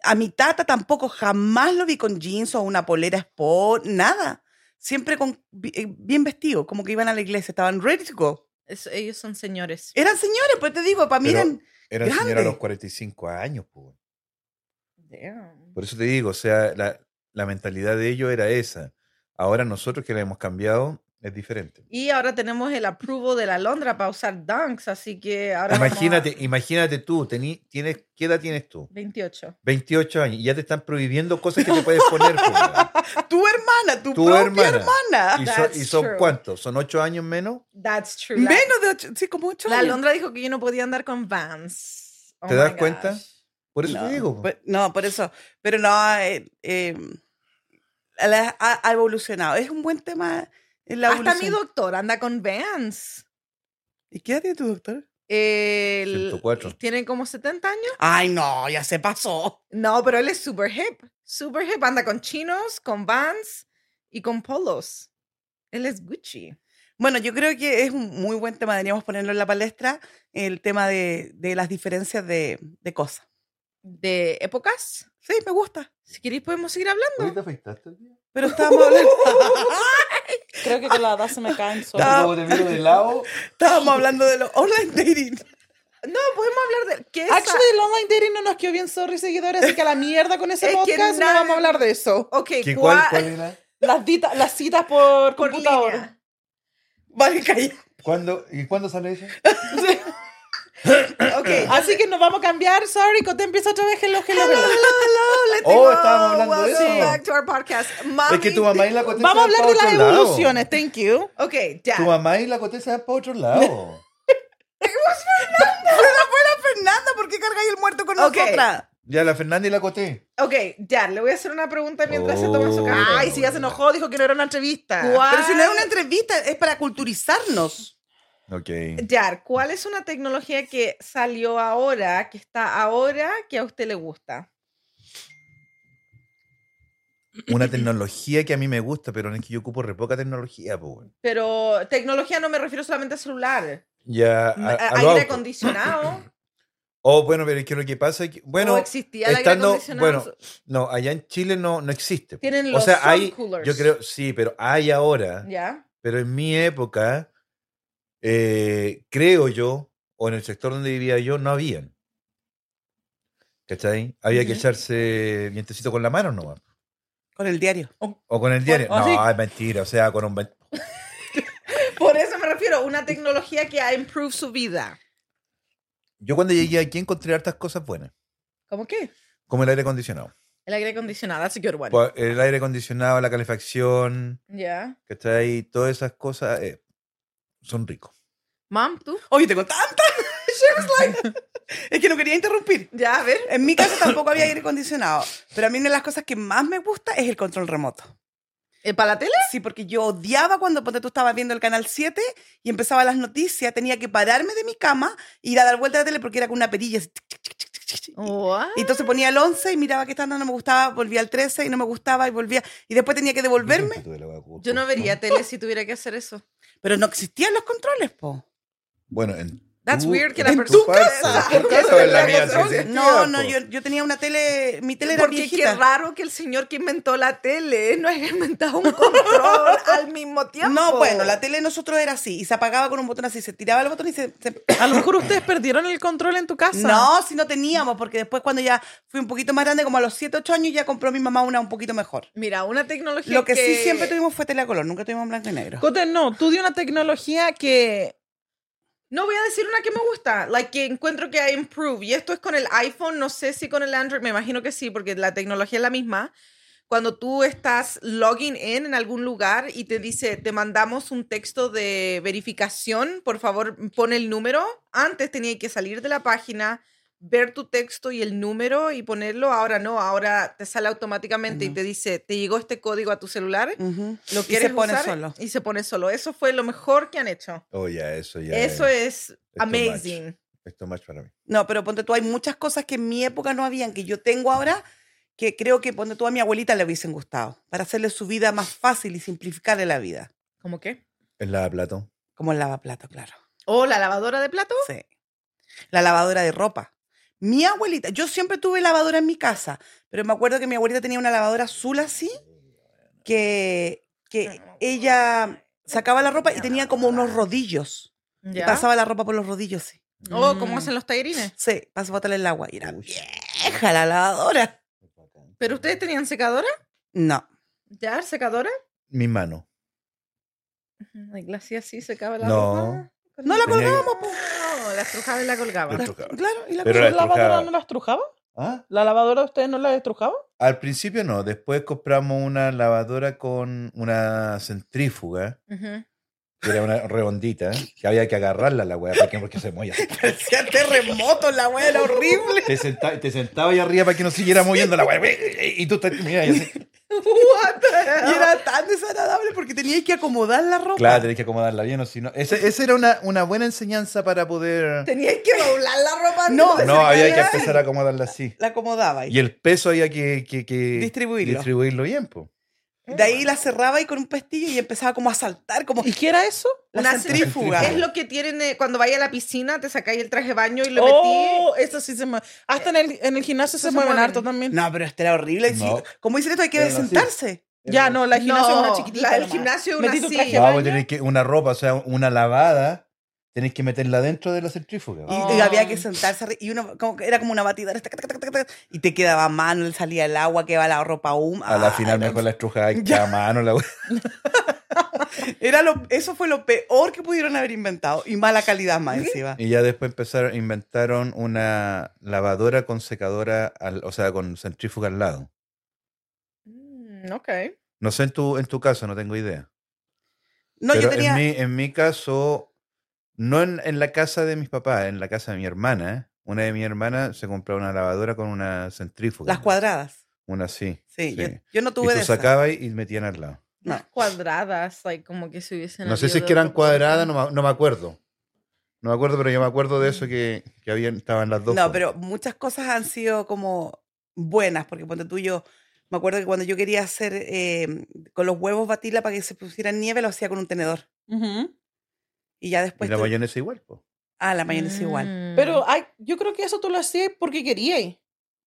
Speaker 4: A mi tata tampoco jamás lo vi con jeans o una polera sport, nada. Siempre con bi- eh, bien vestido, como que iban a la iglesia, estaban ready to go.
Speaker 2: Es- ellos son señores.
Speaker 4: Eran señores, pues te digo, para mí
Speaker 3: Pero-
Speaker 4: eran-
Speaker 3: Era el señor a
Speaker 4: grande.
Speaker 3: los 45 años, po.
Speaker 2: Damn.
Speaker 3: Por eso te digo, o sea, la, la mentalidad de ellos era esa. Ahora nosotros que la hemos cambiado es diferente.
Speaker 2: Y ahora tenemos el approval de la Londra para usar dunks, así que ahora... vamos a-
Speaker 3: Imagínate, imagínate tú, tení- tienes, ¿qué edad tienes tú?
Speaker 2: 28.
Speaker 3: 28 años y ya te están prohibiendo cosas que te puedes poner. po, weón.
Speaker 4: tu hermana, tu,
Speaker 3: Tu
Speaker 4: propia
Speaker 3: hermana.
Speaker 4: hermana.
Speaker 3: ¿Y,
Speaker 2: That's
Speaker 3: son, ¿Y son
Speaker 2: true.
Speaker 3: cuántos? ¿Son 8 años menos?
Speaker 2: That's true. La-
Speaker 4: Menos de ocho, sí, como ocho
Speaker 2: La
Speaker 4: años.
Speaker 2: Londra dijo que yo no podía andar con Vans. Oh
Speaker 3: ¿Te
Speaker 2: my
Speaker 3: das
Speaker 2: gosh.
Speaker 3: cuenta? Por eso
Speaker 4: no,
Speaker 3: te digo. po.
Speaker 4: por- no, por eso. Pero no, eh, eh, la- ha, ha evolucionado. Es un buen tema en la
Speaker 2: Hasta mi
Speaker 4: evolución.
Speaker 2: doctor anda con Vans.
Speaker 4: ¿Y qué edad tiene tu doctor?
Speaker 2: El-
Speaker 3: 104.
Speaker 2: Tiene como 70 años.
Speaker 4: Ay, no, ya se pasó.
Speaker 2: No, pero él es super hip. Super hip. Anda con chinos, con Vans y con polos. Él es Gucci.
Speaker 4: Bueno, yo creo que es un muy buen tema. Deberíamos ponerlo en la palestra, el tema de, de las diferencias de, de cosas.
Speaker 2: ¿De épocas?
Speaker 4: Sí, me gusta.
Speaker 2: Si queréis podemos seguir hablando.
Speaker 3: ¿Hoy te afeitaste el día?
Speaker 4: Pero estábamos hablando,
Speaker 1: Creo que con la edad se me caen solos.
Speaker 4: Ah.
Speaker 3: Como te miro de lado,
Speaker 4: estábamos hablando de los online dating.
Speaker 2: No, podemos hablar de... ¿Qué es
Speaker 1: Actually, el online dating no nos quedó bien, sorry, seguidores, así que a la mierda con ese
Speaker 2: Es que
Speaker 1: podcast no
Speaker 2: nadie-
Speaker 1: vamos a hablar de eso.
Speaker 2: a- Ok,
Speaker 3: ¿Qué,
Speaker 2: ¿cuál,
Speaker 3: cuál, ¿Cuál era?
Speaker 1: Las, dita- las citas por,
Speaker 2: por
Speaker 1: computador.
Speaker 2: línea?
Speaker 4: Vale, calla.
Speaker 3: ¿Cuándo, ¿Y cuándo sale eso?
Speaker 2: Ok,
Speaker 1: Así que nos vamos a cambiar, sorry, Cote empieza otra vez, hello, hello, hello.
Speaker 3: Oh, estábamos hablando de
Speaker 2: welcome
Speaker 3: eso.
Speaker 2: back to our podcast. Mami,
Speaker 3: Es que tu mamá y la Coté
Speaker 1: Vamos a
Speaker 3: se van
Speaker 1: hablar de
Speaker 3: pa'
Speaker 1: las
Speaker 3: otro lado.
Speaker 1: evoluciones, thank you.
Speaker 2: Ok, ya.
Speaker 3: Tu mamá y la Coté se van para otro lado.
Speaker 4: Fernanda, ¿por qué cargáis el muerto con
Speaker 2: Ok.
Speaker 4: nosotras?
Speaker 3: Ya, la Fernanda y la Coté.
Speaker 2: Ok, ya, le voy a hacer una pregunta mientras se toma su
Speaker 3: Oh.
Speaker 2: café.
Speaker 1: Ay, si ya se enojó, dijo que no era una entrevista.
Speaker 2: ¿Cuál-
Speaker 4: Pero si no es una entrevista, es para culturizarnos.
Speaker 3: Ok.
Speaker 2: Yar, ¿cuál es una tecnología que salió ahora, que está ahora, que a usted le gusta?
Speaker 3: Una tecnología que a mí me gusta, pero es que yo ocupo re poca tecnología, pues. weón.
Speaker 2: Pero tecnología no me refiero solamente a celular.
Speaker 3: Ya, a,
Speaker 2: A-
Speaker 3: a los
Speaker 2: aire
Speaker 3: autos.
Speaker 2: acondicionado.
Speaker 3: Oh, bueno, pero es que lo que pasa es que,
Speaker 2: ¿O
Speaker 3: bueno,
Speaker 2: existía el aire
Speaker 3: estando-
Speaker 2: acondicionado?
Speaker 3: bueno, no, allá en Chile no, no existe. po.
Speaker 2: Tienen
Speaker 3: o
Speaker 2: los
Speaker 3: sea,
Speaker 2: sun
Speaker 3: hay,
Speaker 2: coolers.
Speaker 3: yo creo, sí, pero hay ahora,
Speaker 2: ¿Ya?
Speaker 3: pero en mi época, eh, creo yo, o en el sector donde vivía yo, no habían. ¿Cachai? Había que
Speaker 2: Ujú.
Speaker 3: echarse vientecito con la mano nomás.
Speaker 4: Con el diario.
Speaker 3: O con el diario.
Speaker 1: o
Speaker 2: oh,
Speaker 1: así.
Speaker 3: No, es mentira, o sea, con un... ven-
Speaker 2: Por eso me refiero, una tecnología que ha improved su vida.
Speaker 3: Yo cuando llegué aquí encontré hartas cosas buenas,
Speaker 2: ¿Cómo qué?
Speaker 3: como el aire acondicionado.
Speaker 2: El aire acondicionado, that's a good one.
Speaker 3: Pues, El aire acondicionado, la calefacción,
Speaker 2: ¿Ya?
Speaker 3: ¿cachai? Todas esas cosas eh, son ricos.
Speaker 2: Mom, ¿tú?
Speaker 4: Oye, tengo tanta. She was like- es que no quería interrumpir.
Speaker 2: Ya, a ver.
Speaker 4: En mi casa tampoco había aire acondicionado, pero a mí una de las cosas que más me gusta es el control remoto.
Speaker 2: ¿Eh, ¿Para la tele?
Speaker 4: Sí, porque yo odiaba cuando ponte tú estabas viendo el canal 7 y empezaba las noticias, tenía que pararme de mi cama, ir a dar vuelta a la tele porque era con una perilla. así, tic, tic, tic, tic, tic, tic, y-
Speaker 2: What?
Speaker 4: Y entonces ponía el 11 y miraba que esta no me gustaba, volvía al 13 y no me gustaba y volvía. Y después tenía que devolverme.
Speaker 2: Yo no vería tele si tuviera que hacer eso.
Speaker 4: Pero no existían los controles, po.
Speaker 3: Bueno, en.
Speaker 2: That's
Speaker 3: tu-
Speaker 2: weird que la
Speaker 3: en
Speaker 2: persona-
Speaker 3: Tu casa, en tu casa o en la mía, sí, sí. pues.
Speaker 4: No, no, yo, yo tenía una tele, mi tele era
Speaker 2: Porque qué
Speaker 4: viejita.
Speaker 2: raro que el señor que inventó la tele no haya inventado un control al mismo tiempo.
Speaker 4: No, bueno, la tele de nosotros era así y se apagaba con un botón así, se tiraba el botón y se- se
Speaker 1: A lo mejor ustedes perdieron el control en tu casa.
Speaker 4: No, si no teníamos, porque después cuando ya fui un poquito más grande, como a los 7, 8 años, ya compró mi mamá una un poquito mejor.
Speaker 2: Mira, una tecnología
Speaker 4: Lo que, sí siempre tuvimos fue tele a color, nunca tuvimos blanco y negro.
Speaker 1: Cote, no, tú di una tecnología que.
Speaker 2: No voy a decir una que me gusta, la que encuentro que hay improve. Y esto es con el iPhone, no sé si con el Android, me imagino que sí, porque la tecnología es la misma. Cuando tú estás logging in en algún lugar y te dice, te mandamos un texto de verificación, por favor pon el número. Antes tenía que salir de la página, ver tu texto y el número y ponerlo. Ahora no, ahora te sale automáticamente y
Speaker 4: No.
Speaker 2: te dice, te llegó este código a tu celular.
Speaker 4: Ujú.
Speaker 2: Lo
Speaker 4: Y
Speaker 2: quieres
Speaker 4: se pone
Speaker 2: usar?"
Speaker 4: solo.
Speaker 2: Y se pone solo. Eso fue lo mejor que han hecho.
Speaker 3: Oh, ya, eso ya.
Speaker 2: Eso es
Speaker 3: too much.
Speaker 2: amazing.
Speaker 3: Esto más para mí.
Speaker 4: No, pero ponte tú, hay muchas cosas que en mi época no habían, que yo tengo ahora, que creo que ponte tú a mi abuelita le hubiesen gustado, para hacerle su vida más fácil y simplificarle la vida.
Speaker 2: ¿Cómo qué?
Speaker 3: Es la de Platón.
Speaker 4: Como el lavaplato, claro.
Speaker 2: ¿O la lavadora de plato?
Speaker 4: Sí. La lavadora de ropa. Mi abuelita, yo siempre tuve lavadora en mi casa, pero me acuerdo que mi abuelita tenía una lavadora azul así, que, que ella sacaba la ropa y tenía como unos rodillos. y
Speaker 2: ¿Ya?
Speaker 4: pasaba la ropa por los rodillos, sí.
Speaker 2: ¿O cómo hacen los tallerines?
Speaker 4: Sí, pasaba botarle el agua. Y era
Speaker 3: Uy.
Speaker 4: vieja la lavadora.
Speaker 2: Ah, ¿Pero ustedes tenían secadora?
Speaker 4: No.
Speaker 2: ¿Ya? ¿Secadora?
Speaker 3: Mi mano.
Speaker 2: La glacia así secaba la
Speaker 3: No.
Speaker 2: ropa.
Speaker 4: No la
Speaker 3: Tenía-
Speaker 4: colgábamos, po.
Speaker 2: No, la estrujaba y la colgaba.
Speaker 3: La-
Speaker 4: Claro, y la
Speaker 3: Pero
Speaker 1: ¿La
Speaker 3: la
Speaker 1: lavadora
Speaker 3: estrujaba.
Speaker 1: no la estrujaba?
Speaker 3: ¿Ah?
Speaker 1: ¿La lavadora de ustedes no la estrujaba?
Speaker 3: Al principio no, después compramos una lavadora con una centrífuga,
Speaker 2: Ujú.
Speaker 3: que era una redondita, que había que agarrarla la weá, para que- porque se molla.
Speaker 4: Parecía terremoto, la wea era horrible.
Speaker 3: Te, senta- te sentaba ahí arriba para que no siguiera moviendo la weá. Y tú estás, mira, y así.
Speaker 4: Y era tan desagradable porque tenía que acomodar la ropa.
Speaker 3: Claro, tenés que acomodarla bien o si no. Ese- Esa era una, una buena enseñanza para poder.
Speaker 2: Tenías que doblar la ropa. antes
Speaker 4: No,
Speaker 2: de
Speaker 3: No, había que
Speaker 2: sacarla.
Speaker 3: empezar a acomodarla así.
Speaker 4: La acomodaba.
Speaker 3: Y el peso había que, que, que
Speaker 4: Distribuirlo.
Speaker 3: distribuirlo bien, po.
Speaker 4: De ahí la cerraba y con un pestillo y empezaba como a saltar, como
Speaker 1: ¿Y qué era eso?
Speaker 4: la
Speaker 2: Una
Speaker 4: centrífuga.
Speaker 2: Es lo que tienen eh, cuando vaya a la piscina, te sacáis el traje de baño y lo metí.
Speaker 1: Oh, eso sí se mueve. Hasta en el, en el gimnasio se,
Speaker 2: se
Speaker 1: mueven
Speaker 2: mueven.
Speaker 1: harto también.
Speaker 4: No, pero esto era horrible.
Speaker 3: No.
Speaker 4: Sí, Como dicen esto, hay que
Speaker 3: Era así.
Speaker 4: sentarse.
Speaker 1: Ya, no, la del gimnasio es una chiquitita.
Speaker 2: la del
Speaker 1: nomás.
Speaker 2: gimnasio es una
Speaker 1: Metí tu traje
Speaker 2: así.
Speaker 1: de
Speaker 3: No,
Speaker 1: baño.
Speaker 3: vos tenés que una ropa, o sea, una lavada, tenés que meterla dentro de la centrífuga.
Speaker 4: Y,
Speaker 3: po.
Speaker 4: y había
Speaker 2: Oh.
Speaker 4: que sentarse arri- y uno como que era como una batidora tac, tac, tac, tac, tac, y te quedaba a mano, le salía el agua, que va la ropa húmeda.
Speaker 3: A la final mejor la estrujada y a mano la weá.
Speaker 4: Era lo, eso fue lo peor que pudieron haber inventado y mala calidad más encima.
Speaker 3: Y ya después empezaron, inventaron una lavadora con secadora, al- o sea, con centrífuga al lado.
Speaker 2: Mm, ok.
Speaker 3: No sé en tu, en tu caso, no tengo idea.
Speaker 4: No, yo
Speaker 3: Pero
Speaker 4: tenía
Speaker 3: en, mi, en mi caso, no en, en la casa de mis papás, en la casa de mi hermana. Una de mi hermana se compró una lavadora con una centrífuga.
Speaker 4: las cuadradas.
Speaker 3: Una así.
Speaker 4: Sí,
Speaker 3: Sí.
Speaker 4: Yo, yo no
Speaker 3: Y
Speaker 4: tuve
Speaker 3: tú
Speaker 4: de esas.
Speaker 3: sacabas y y metían al lado.
Speaker 4: No.
Speaker 2: Unas Cuadradas, like, como que se hubiesen.
Speaker 3: No sé si
Speaker 2: habido
Speaker 3: es
Speaker 2: de
Speaker 3: que eran
Speaker 2: otro color.
Speaker 3: cuadradas, no, me- no me acuerdo. No me acuerdo, pero yo me acuerdo de eso que, que habían, estaban las dos.
Speaker 4: Mm. No,
Speaker 3: po.
Speaker 4: pero muchas cosas han sido como buenas, porque ponte tú yo, me acuerdo que cuando yo quería hacer eh, con los huevos batila para que se pusieran nieve, lo hacía con un tenedor.
Speaker 1: Ujú.
Speaker 4: Y ya
Speaker 3: Y
Speaker 4: después...
Speaker 3: la
Speaker 4: pues, tú-
Speaker 3: mayonesa igual, po.
Speaker 4: Ah, la mayonesa igual.
Speaker 2: Mm.
Speaker 1: Pero ay, yo creo que eso tú lo hacías porque querías.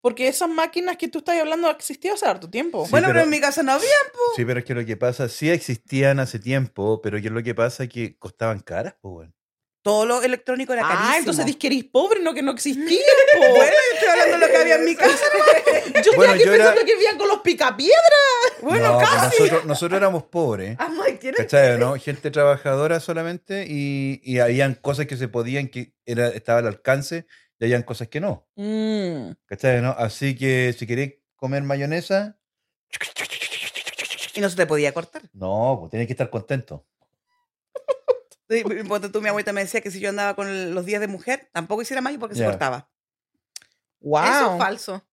Speaker 1: Porque esas máquinas que tú estás hablando existían hace harto tiempo.
Speaker 3: Sí,
Speaker 4: bueno, pero,
Speaker 3: pero-
Speaker 4: en mi casa no había.
Speaker 3: Sí, pero es que lo que pasa, sí existían hace tiempo, pero que lo que pasa es que costaban caras, po, weón.
Speaker 4: Todo lo electrónico era carísimo.
Speaker 1: ah, entonces dis que eres pobre, no que no existía. po.
Speaker 4: Bueno, yo estoy hablando de lo que había en mi casa.
Speaker 1: yo estoy
Speaker 3: Bueno,
Speaker 1: aquí
Speaker 3: yo era-
Speaker 1: pensando que vivían con los picapiedras.
Speaker 4: Bueno,
Speaker 3: No, pues
Speaker 4: casi.
Speaker 3: Nosotros, nosotros éramos pobres,
Speaker 2: I'm like, ¿tienes
Speaker 3: ¿cachai? o ¿no? Gente trabajadora solamente y, y habían cosas que se podían, que era, estaba al alcance, y habían cosas que no,
Speaker 1: Mm,
Speaker 3: ¿cachai? o ¿no? Así que si querés comer mayonesa,
Speaker 4: Y no se te podía cortar.
Speaker 3: no, pues tenés que estar contento.
Speaker 4: Sí, y Ponte tú, mi abuelita me decía que si yo andaba con los días de mujer, tampoco hiciera mayo porque
Speaker 3: Ya.
Speaker 4: se cortaba.
Speaker 1: Wow.
Speaker 2: Eso es falso.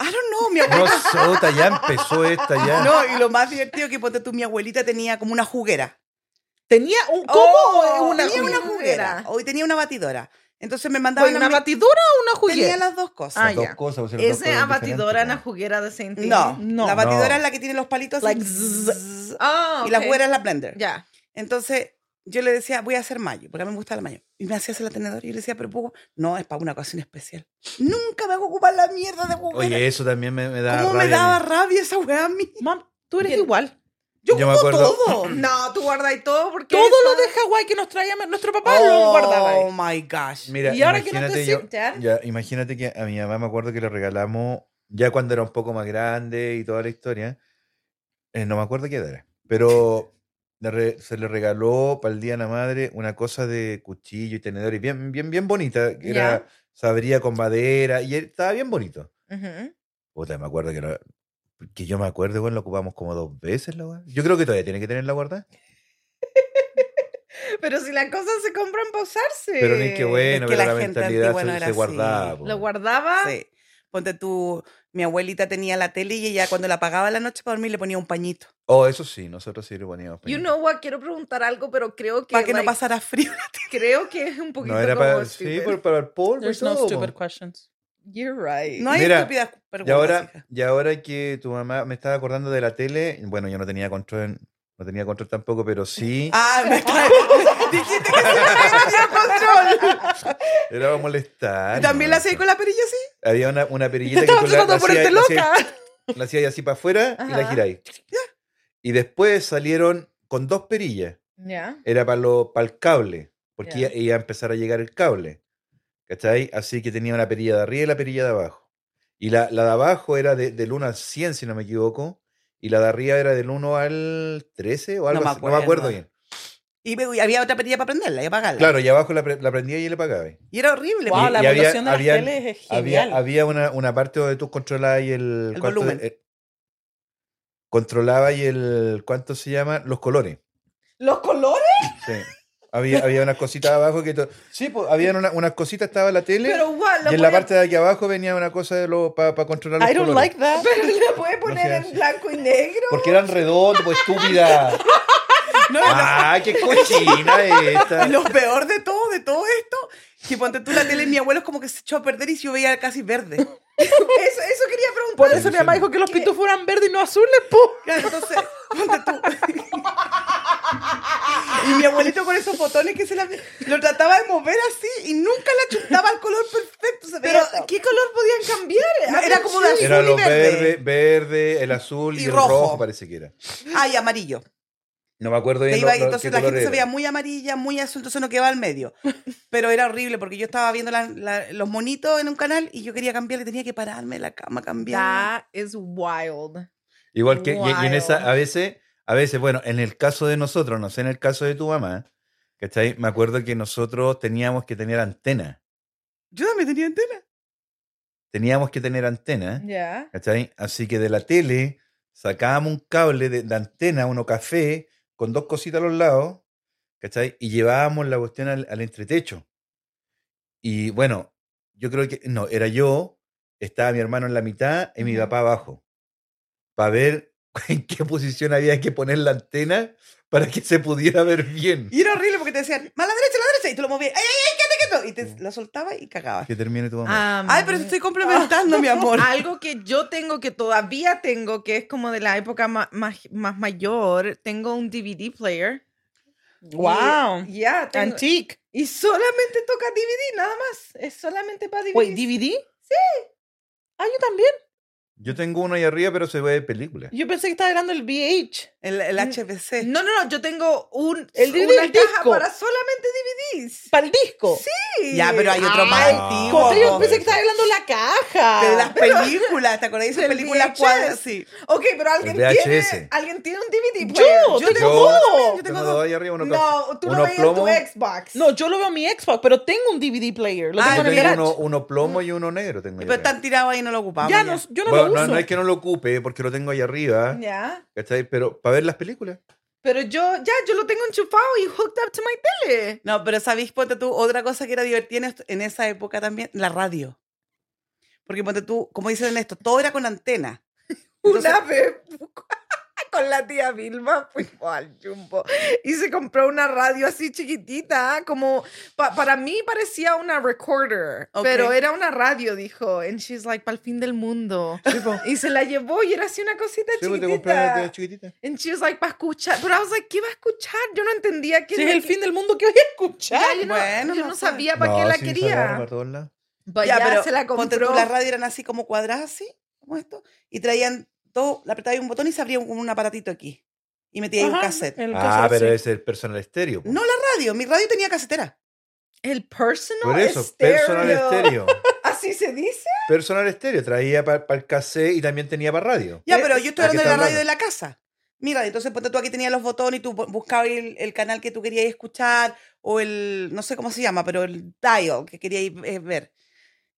Speaker 4: I don't know, Ah, mi abuelita.
Speaker 3: No, sota, ya empezó esta, ya.
Speaker 4: No, y lo más divertido que ponte tú, mi abuelita tenía como una juguera.
Speaker 1: Tenía un. ¿Cómo? Eh,
Speaker 4: Oh,
Speaker 1: una,
Speaker 4: tenía una juguera. Hoy tenía una batidora. Entonces me mandaban
Speaker 1: ¿Una
Speaker 4: a mí-
Speaker 1: batidura o una
Speaker 4: Tenía
Speaker 1: juguera?
Speaker 4: las dos cosas.
Speaker 3: Las
Speaker 2: Ah,
Speaker 3: dos
Speaker 2: ya.
Speaker 3: cosas, pues, si las dos
Speaker 2: Ese
Speaker 3: cosas son
Speaker 2: abatidora, una
Speaker 3: diferentes,
Speaker 2: juguera de Saint
Speaker 4: No,
Speaker 1: No.
Speaker 4: la batidora
Speaker 3: No.
Speaker 4: es la que tiene los palitos
Speaker 1: Like
Speaker 4: así, zzz,
Speaker 2: Ah,
Speaker 4: y la
Speaker 2: ok.
Speaker 4: juguera es la blender.
Speaker 2: Ya.
Speaker 4: Entonces yo le decía, voy a hacer mayo, porque a mí me gusta la mayo. Y me hacía hacer la tenedora y yo le decía, pero ¿puedo? no, es para una ocasión especial. Nunca me hago ocupar la mierda de
Speaker 3: po.
Speaker 4: juguera.
Speaker 3: Oye, eso también me, me da
Speaker 4: ¿Cómo me
Speaker 3: rabia a
Speaker 4: daba
Speaker 3: mí.
Speaker 4: rabia esa weá a mí?
Speaker 1: Mam, tú eres igual.
Speaker 4: Yo,
Speaker 3: Yo me
Speaker 4: como
Speaker 3: acuerdo-
Speaker 4: todo.
Speaker 2: No, tú guardas y todo porque.
Speaker 1: Todo
Speaker 2: esa-
Speaker 1: lo de Hawái que nos traía nuestro papá lo guardaba ahí.
Speaker 4: Oh my gosh.
Speaker 3: Mira,
Speaker 1: Y ahora que no
Speaker 3: imagínate
Speaker 1: te
Speaker 3: yo,
Speaker 2: sientas.
Speaker 3: ya, imagínate que a mi mamá me acuerdo que le regalamos, ya cuando era un poco más grande y toda la historia, eh, no me acuerdo qué edad era, pero le re- se le regaló para el Día de la Madre una cosa de cuchillo y tenedor y bien, bien, bien bonita, que era,
Speaker 2: Ya.
Speaker 3: sabría con madera y estaba bien bonito.
Speaker 2: Ujú.
Speaker 3: Puta, me acuerdo que, lo- que yo me acuerdo, bueno, lo ocupamos como dos veces la weá. Yo creo que todavía tiene que tener la guarda.
Speaker 2: Pero si las cosas se compran para usarse.
Speaker 3: Pero ni que bueno,
Speaker 4: que
Speaker 3: pero
Speaker 4: la
Speaker 3: la,
Speaker 4: gente
Speaker 3: mentalidad
Speaker 4: antigua
Speaker 3: se,
Speaker 4: no era
Speaker 3: se
Speaker 4: así.
Speaker 3: guardaba. po.
Speaker 2: Lo
Speaker 3: Ah.
Speaker 2: guardaba.
Speaker 4: Sí. Ponte tú, mi abuelita tenía la tele y ella cuando la apagaba a la noche para dormir le ponía un pañito.
Speaker 3: Oh, eso sí, nosotros sí le poníamos.
Speaker 2: You
Speaker 3: peña.
Speaker 2: know what, quiero preguntar algo, pero creo que.
Speaker 4: Para que no
Speaker 2: like,
Speaker 4: pasara frío.
Speaker 2: Creo que es un poquito.
Speaker 3: No era
Speaker 2: como
Speaker 3: para, sí,
Speaker 2: stupid.
Speaker 3: por- para el polvo. y
Speaker 1: There's no
Speaker 3: todo,
Speaker 1: stupid
Speaker 3: po.
Speaker 1: questions.
Speaker 2: You're right.
Speaker 4: No hay
Speaker 3: Mira,
Speaker 4: estúpidas
Speaker 3: y
Speaker 4: preguntas,
Speaker 3: ahora,
Speaker 4: hija.
Speaker 3: y ahora que tu mamá me estaba acordando de la tele, bueno, yo no tenía control, en- no tenía control tampoco, pero sí
Speaker 4: Ah, me está... Dijiste que sí tenía control.
Speaker 3: era para molestar.
Speaker 4: ¿Y también la
Speaker 3: ¿no?
Speaker 4: hacía con la perilla así?
Speaker 3: Había una, una perillita
Speaker 1: Te
Speaker 3: que
Speaker 1: estaba
Speaker 3: tú la,
Speaker 1: tratando de ponerte
Speaker 3: hacías- la
Speaker 1: loca.
Speaker 3: hacías- la hacías así para afuera y la
Speaker 2: Ajá.
Speaker 3: giráis. Y después salieron con dos perillas.
Speaker 2: Ya.
Speaker 3: Era para, lo, para el cable, porque
Speaker 2: Ya.
Speaker 3: iba, iba a empezar a llegar el cable. ¿Cachai? Así que tenía una perilla de arriba y la perilla de abajo. Y la, la de abajo era de, del 1 al 100, si no me equivoco. Y la de arriba era del 1 al 13 o algo
Speaker 4: me
Speaker 3: así. No me acuerdo
Speaker 4: acuerdo.
Speaker 3: bien.
Speaker 4: Y me- y había otra perilla para prenderla y apagarla.
Speaker 3: Claro, y abajo la, pre- la prendía y le pagaba.
Speaker 4: Y era horrible.
Speaker 1: Wow,
Speaker 3: y-
Speaker 1: la
Speaker 3: y había-
Speaker 1: evolución de las
Speaker 3: había-
Speaker 1: teles es
Speaker 3: Había,
Speaker 1: genial.
Speaker 3: había una, una parte donde tú controlabas y el...
Speaker 4: El
Speaker 3: cuánto-
Speaker 4: volumen.
Speaker 3: eh, controlabas y el... ¿Cuánto se llama? Los colores.
Speaker 1: ¿Los colores?
Speaker 3: Sí. Había, había unas cositas abajo que... to- Sí, pues, había una- unas cositas, estaba la tele.
Speaker 2: Pero igual,
Speaker 3: Y en
Speaker 2: lo
Speaker 3: la
Speaker 2: puede-
Speaker 3: parte de aquí abajo venía una cosa de lo para controlar los
Speaker 1: I don't
Speaker 3: colores.
Speaker 1: like that.
Speaker 2: Pero la puede
Speaker 3: sé,
Speaker 2: poner
Speaker 3: así.
Speaker 2: en blanco y negro.
Speaker 3: Porque eran redondos, pues estúpida.
Speaker 4: No,
Speaker 3: ah, qué cochina esta.
Speaker 4: Lo peor de todo, de todo esto, que ponte tú la tele, mi abuelo es como que se echó a perder y yo veía casi verde.
Speaker 2: Eso, eso quería preguntar.
Speaker 1: Por eso mi mamá dijo que los pitufos eran verdes y no azules, po.
Speaker 4: Claro, entonces, ponte tú. Y mi abuelito con esos botones que se la, lo trataba de mover así y nunca la chutaba al color perfecto. se
Speaker 2: Pero,
Speaker 4: veía-
Speaker 2: ¿qué color podían cambiar?
Speaker 4: No,
Speaker 2: Había
Speaker 4: era como de
Speaker 2: azul.
Speaker 3: Era
Speaker 4: azul y
Speaker 3: lo
Speaker 4: verde.
Speaker 3: verde, verde, el azul y,
Speaker 4: Y
Speaker 3: el rojo.
Speaker 4: rojo.
Speaker 3: parece que era.
Speaker 4: Ay, amarillo.
Speaker 3: No me acuerdo
Speaker 4: Te
Speaker 3: bien.
Speaker 4: iba-
Speaker 3: lo- lo-
Speaker 4: entonces
Speaker 3: qué
Speaker 4: la
Speaker 3: color
Speaker 4: gente se
Speaker 3: era.
Speaker 4: veía muy amarilla, muy azul, entonces no quedaba al medio. Pero era horrible porque yo estaba viendo la- la- los monitos en un canal y yo quería cambiar, le tenía que pararme en la cama,
Speaker 3: Ah.
Speaker 4: cambiar.
Speaker 2: That is wild.
Speaker 3: Igual que y- y, en
Speaker 2: Wild.
Speaker 3: esa a veces, a veces, bueno, en el caso de nosotros, no sé en el caso de tu mamá, ¿cachai? Me acuerdo que nosotros teníamos que tener antena.
Speaker 4: Yo también tenía antena.
Speaker 3: Teníamos que tener antena.
Speaker 2: Ya.
Speaker 3: ¿Cachai? Así que de la tele sacábamos un cable de, de antena, uno café, con dos cositas a los lados, ¿cachai? Y llevábamos la cuestión al, al entretecho. Y bueno, yo creo que, no, era yo, estaba mi hermano en la mitad y mi
Speaker 2: Ujú.
Speaker 3: papá abajo, para ver en qué posición había que poner la antena para que se pudiera ver bien.
Speaker 4: Y era horrible porque te decían, más a la derecha, a la derecha, y tú lo movías, ay, ay, ay, quieto, quieto, y
Speaker 3: Ah.
Speaker 4: te la soltabas y cagabas.
Speaker 3: Que termine tu mamá.
Speaker 1: Ah.
Speaker 2: Um,
Speaker 4: Ay, pero te estoy complementando, mi amor.
Speaker 3: Ah.
Speaker 2: Algo que yo tengo, que todavía tengo, que es como de la época ma- ma- más mayor, tengo un DVD player.
Speaker 1: Wow.
Speaker 2: Y- Ya, tengo-
Speaker 1: Antique.
Speaker 2: Y solamente toca DVD, nada más. Es solamente para DVD.
Speaker 1: Wait, ¿DVD? Sí. Ah, yo también.
Speaker 3: Yo tengo uno ahí arriba, pero se ve película.
Speaker 1: Yo pensé que estaba hablando del VH.
Speaker 4: El, el HPC.
Speaker 2: No, no, no, yo tengo un,
Speaker 1: El DVD,
Speaker 2: una
Speaker 1: el
Speaker 2: caja
Speaker 1: disco.
Speaker 2: para solamente DVDs.
Speaker 1: Para el disco.
Speaker 2: Sí.
Speaker 4: Ya, pero hay otro más
Speaker 1: Ay,
Speaker 4: antiguo.
Speaker 1: Como
Speaker 3: ¿cómo
Speaker 1: te-
Speaker 3: te
Speaker 1: yo
Speaker 4: po.
Speaker 1: pensé que estaba hablando de la caja.
Speaker 4: De las películas, ¿te acordás de esas
Speaker 2: Del
Speaker 4: películas
Speaker 2: VHS?
Speaker 4: cuadras? Sí.
Speaker 2: Ah, Ok, pero alguien
Speaker 3: El
Speaker 2: tiene,
Speaker 3: VHS.
Speaker 2: alguien tiene un DVD
Speaker 1: Yo,
Speaker 2: player.
Speaker 1: yo tengo
Speaker 3: dos.
Speaker 2: Yo
Speaker 3: Tengo
Speaker 2: tengo
Speaker 3: dos
Speaker 2: dos.
Speaker 3: ahí arriba, uno
Speaker 2: No, tú
Speaker 3: uno
Speaker 2: lo veías en tu
Speaker 3: plomo.
Speaker 2: Xbox.
Speaker 1: No, yo lo veo en mi Xbox, pero tengo un DVD player. Lo
Speaker 4: Ah,
Speaker 1: tengo
Speaker 3: Yo
Speaker 1: en el
Speaker 3: tengo
Speaker 1: garage.
Speaker 3: uno, uno plomo y uno negro. Tengo ahí
Speaker 4: Pero
Speaker 3: arriba.
Speaker 4: están tirados ahí y no lo ocupamos.
Speaker 1: ya, no, yo no
Speaker 3: Bueno,
Speaker 1: lo uso.
Speaker 3: no, no es que no lo ocupe, porque lo tengo ahí arriba,
Speaker 2: Ya.
Speaker 3: ¿cachai? Pero para ver las películas.
Speaker 2: Pero yo, ya, yo lo tengo enchufado y hooked up to my tele.
Speaker 4: No, pero sabéis, ponte tú, otra cosa que era divertida en est- en esa época también, la radio. Porque ponte tú, como dicen en esto, todo era con antena.
Speaker 2: Una vez con la tía Vilma fuimos al Jumbo y se compró una radio así chiquitita, como pa- para mí parecía una recorder,
Speaker 4: Ok.
Speaker 2: pero era una radio, dijo. And she's like, para el fin del mundo. y se la llevó y era así una cosita
Speaker 3: Sí, pues, te compraron
Speaker 2: chiquitita.
Speaker 3: de chiquitita.
Speaker 2: And she was like, para escuchar. Pero I was like, ¿qué va a escuchar? Yo no entendía qué
Speaker 1: Si es el fin del mundo que voy a escuchar.
Speaker 2: Ya, yo no,
Speaker 4: Bueno,
Speaker 2: yo
Speaker 4: no
Speaker 2: no
Speaker 4: sé.
Speaker 2: sabía para
Speaker 3: No,
Speaker 2: qué la
Speaker 3: sí, sacaron
Speaker 2: quería.
Speaker 3: para todos lados.
Speaker 2: Pero Pues ya, se la
Speaker 4: ponte tú,
Speaker 2: compró.
Speaker 4: las radios eran así como cuadradas así, como esto, y traían todo, la apretabas un botón y se abría un, un aparatito aquí. Y metía ahí un
Speaker 1: Ajá,
Speaker 4: cassette.
Speaker 1: el
Speaker 3: Ah,
Speaker 1: cassette,
Speaker 3: pero
Speaker 1: sí.
Speaker 3: es el personal estéreo. po.
Speaker 4: No la radio, mi radio tenía casetera.
Speaker 2: El personal
Speaker 3: Por eso,
Speaker 2: stereo.
Speaker 3: personal estéreo.
Speaker 2: Así se dice.
Speaker 3: Personal estéreo. Traía para el cassette y también tenía para radio.
Speaker 4: Ya,
Speaker 2: Eh,
Speaker 4: pero yo estoy
Speaker 3: ¿a qué
Speaker 4: hablando de la
Speaker 3: está
Speaker 4: radio de la casa. Mira, entonces ponte tú aquí tenías los botones y tú bu- buscabas el, el canal que tú querías escuchar o el, no sé cómo se llama, pero el dial que querías eh, ver.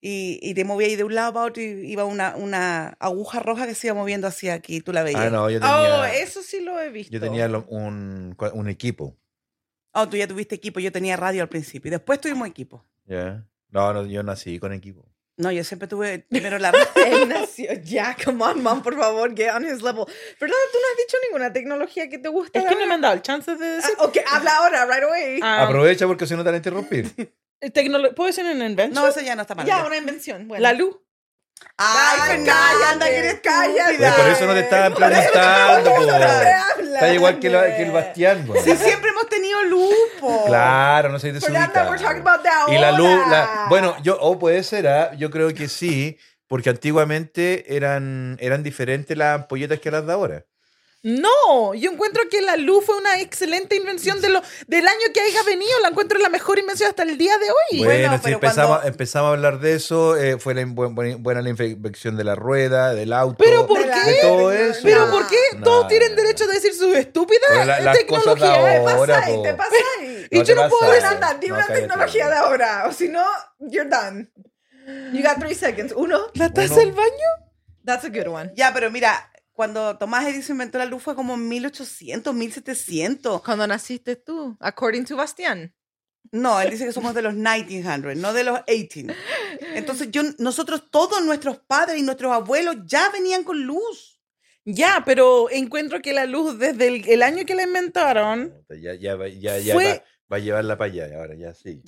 Speaker 4: Y, y te movías ahí de un lado para otro y iba una, una aguja roja que se iba moviendo hacia aquí, tú la veías.
Speaker 3: Ah, no, yo
Speaker 2: Oh,
Speaker 3: tenía,
Speaker 2: eso sí lo he visto.
Speaker 3: yo tenía lo- un, un equipo.
Speaker 4: Oh, tú ya tuviste equipo, yo tenía radio al principio y después tuvimos equipo.
Speaker 3: Ya. No, no, yo nací con equipo.
Speaker 4: No, yo siempre tuve primero la radio.
Speaker 2: Él nació. Ya, come on, mom, por favor, get on his level. Fernanda, tú no has dicho ninguna tecnología que te guste.
Speaker 1: Es que no me han dado el chance de decir.
Speaker 2: Ah, ok, habla ahora, right away.
Speaker 1: Ah,
Speaker 3: Aprovecha porque si no te van a interrumpir.
Speaker 1: tecnolo- ¿Puedo decir una invención?
Speaker 4: No, eso ya no está mal.
Speaker 2: ya,
Speaker 4: ya.
Speaker 2: una invención. Bueno.
Speaker 1: La luz.
Speaker 4: Ay, Fernanda,
Speaker 2: anda,
Speaker 4: que eres
Speaker 2: cállate.
Speaker 3: Pues por eso no te estaban preguntando. po.
Speaker 2: habla.
Speaker 3: Está igual que, la- que el Bastián. güey.
Speaker 4: Sí, siempre hemos tenido
Speaker 1: Oh,
Speaker 4: lupo.
Speaker 3: Claro, no soy
Speaker 2: Fernanda,
Speaker 3: desubicado.
Speaker 2: we're talking about that
Speaker 3: Y la luz, la-
Speaker 2: ahora.
Speaker 3: bueno, yo, o puede ser, ¿ah? yo creo que sí, porque antiguamente eran, eran diferentes las ampolletas que las de ahora.
Speaker 1: No, yo encuentro que la luz fue una excelente invención de lo, del año que haya venido. La encuentro la mejor invención hasta el día de hoy.
Speaker 3: Bueno,
Speaker 4: Bueno,
Speaker 3: sí,
Speaker 4: pero
Speaker 3: empezamos,
Speaker 4: cuando-
Speaker 3: empezamos a hablar de eso, eh, fue la, in- buen- buen- buena la inspección de la rueda, del auto.
Speaker 1: Pero ¿por
Speaker 3: de
Speaker 1: qué?
Speaker 3: todo eso.
Speaker 1: Pero
Speaker 2: No.
Speaker 1: ¿por qué
Speaker 3: No,
Speaker 1: todos
Speaker 3: no,
Speaker 1: tienen
Speaker 3: no.
Speaker 1: derecho de decir su estúpida
Speaker 3: Pero la- las cosas de
Speaker 1: tecnología?
Speaker 3: ahora,
Speaker 2: Pasa
Speaker 3: po.
Speaker 2: ahí, te pasa ahí.
Speaker 1: Y
Speaker 3: No te
Speaker 1: yo no puedo
Speaker 3: pases,
Speaker 2: Fernanda, di
Speaker 3: no,
Speaker 2: una
Speaker 3: cállate,
Speaker 2: tecnología de ahora, o si no, you're done. You got three seconds. Uno,
Speaker 1: ¿La taza
Speaker 3: Uno.
Speaker 1: del baño?
Speaker 2: that's a good one.
Speaker 4: Ya, pero mira, cuando Tomás Edison inventó la luz fue como en 1800, 1700.
Speaker 2: Cuando naciste tú, according to Bastián.
Speaker 4: No, él dice que somos de los 1900, no de los 18. Entonces, yo, nosotros, todos nuestros padres y nuestros abuelos ya venían con luz.
Speaker 1: Ya, pero encuentro que la luz desde el, el año que la inventaron.
Speaker 3: Puta, Ya, ya, va- ya, ya
Speaker 1: Fue-
Speaker 3: va, va a llevarla para allá, ahora ya sí.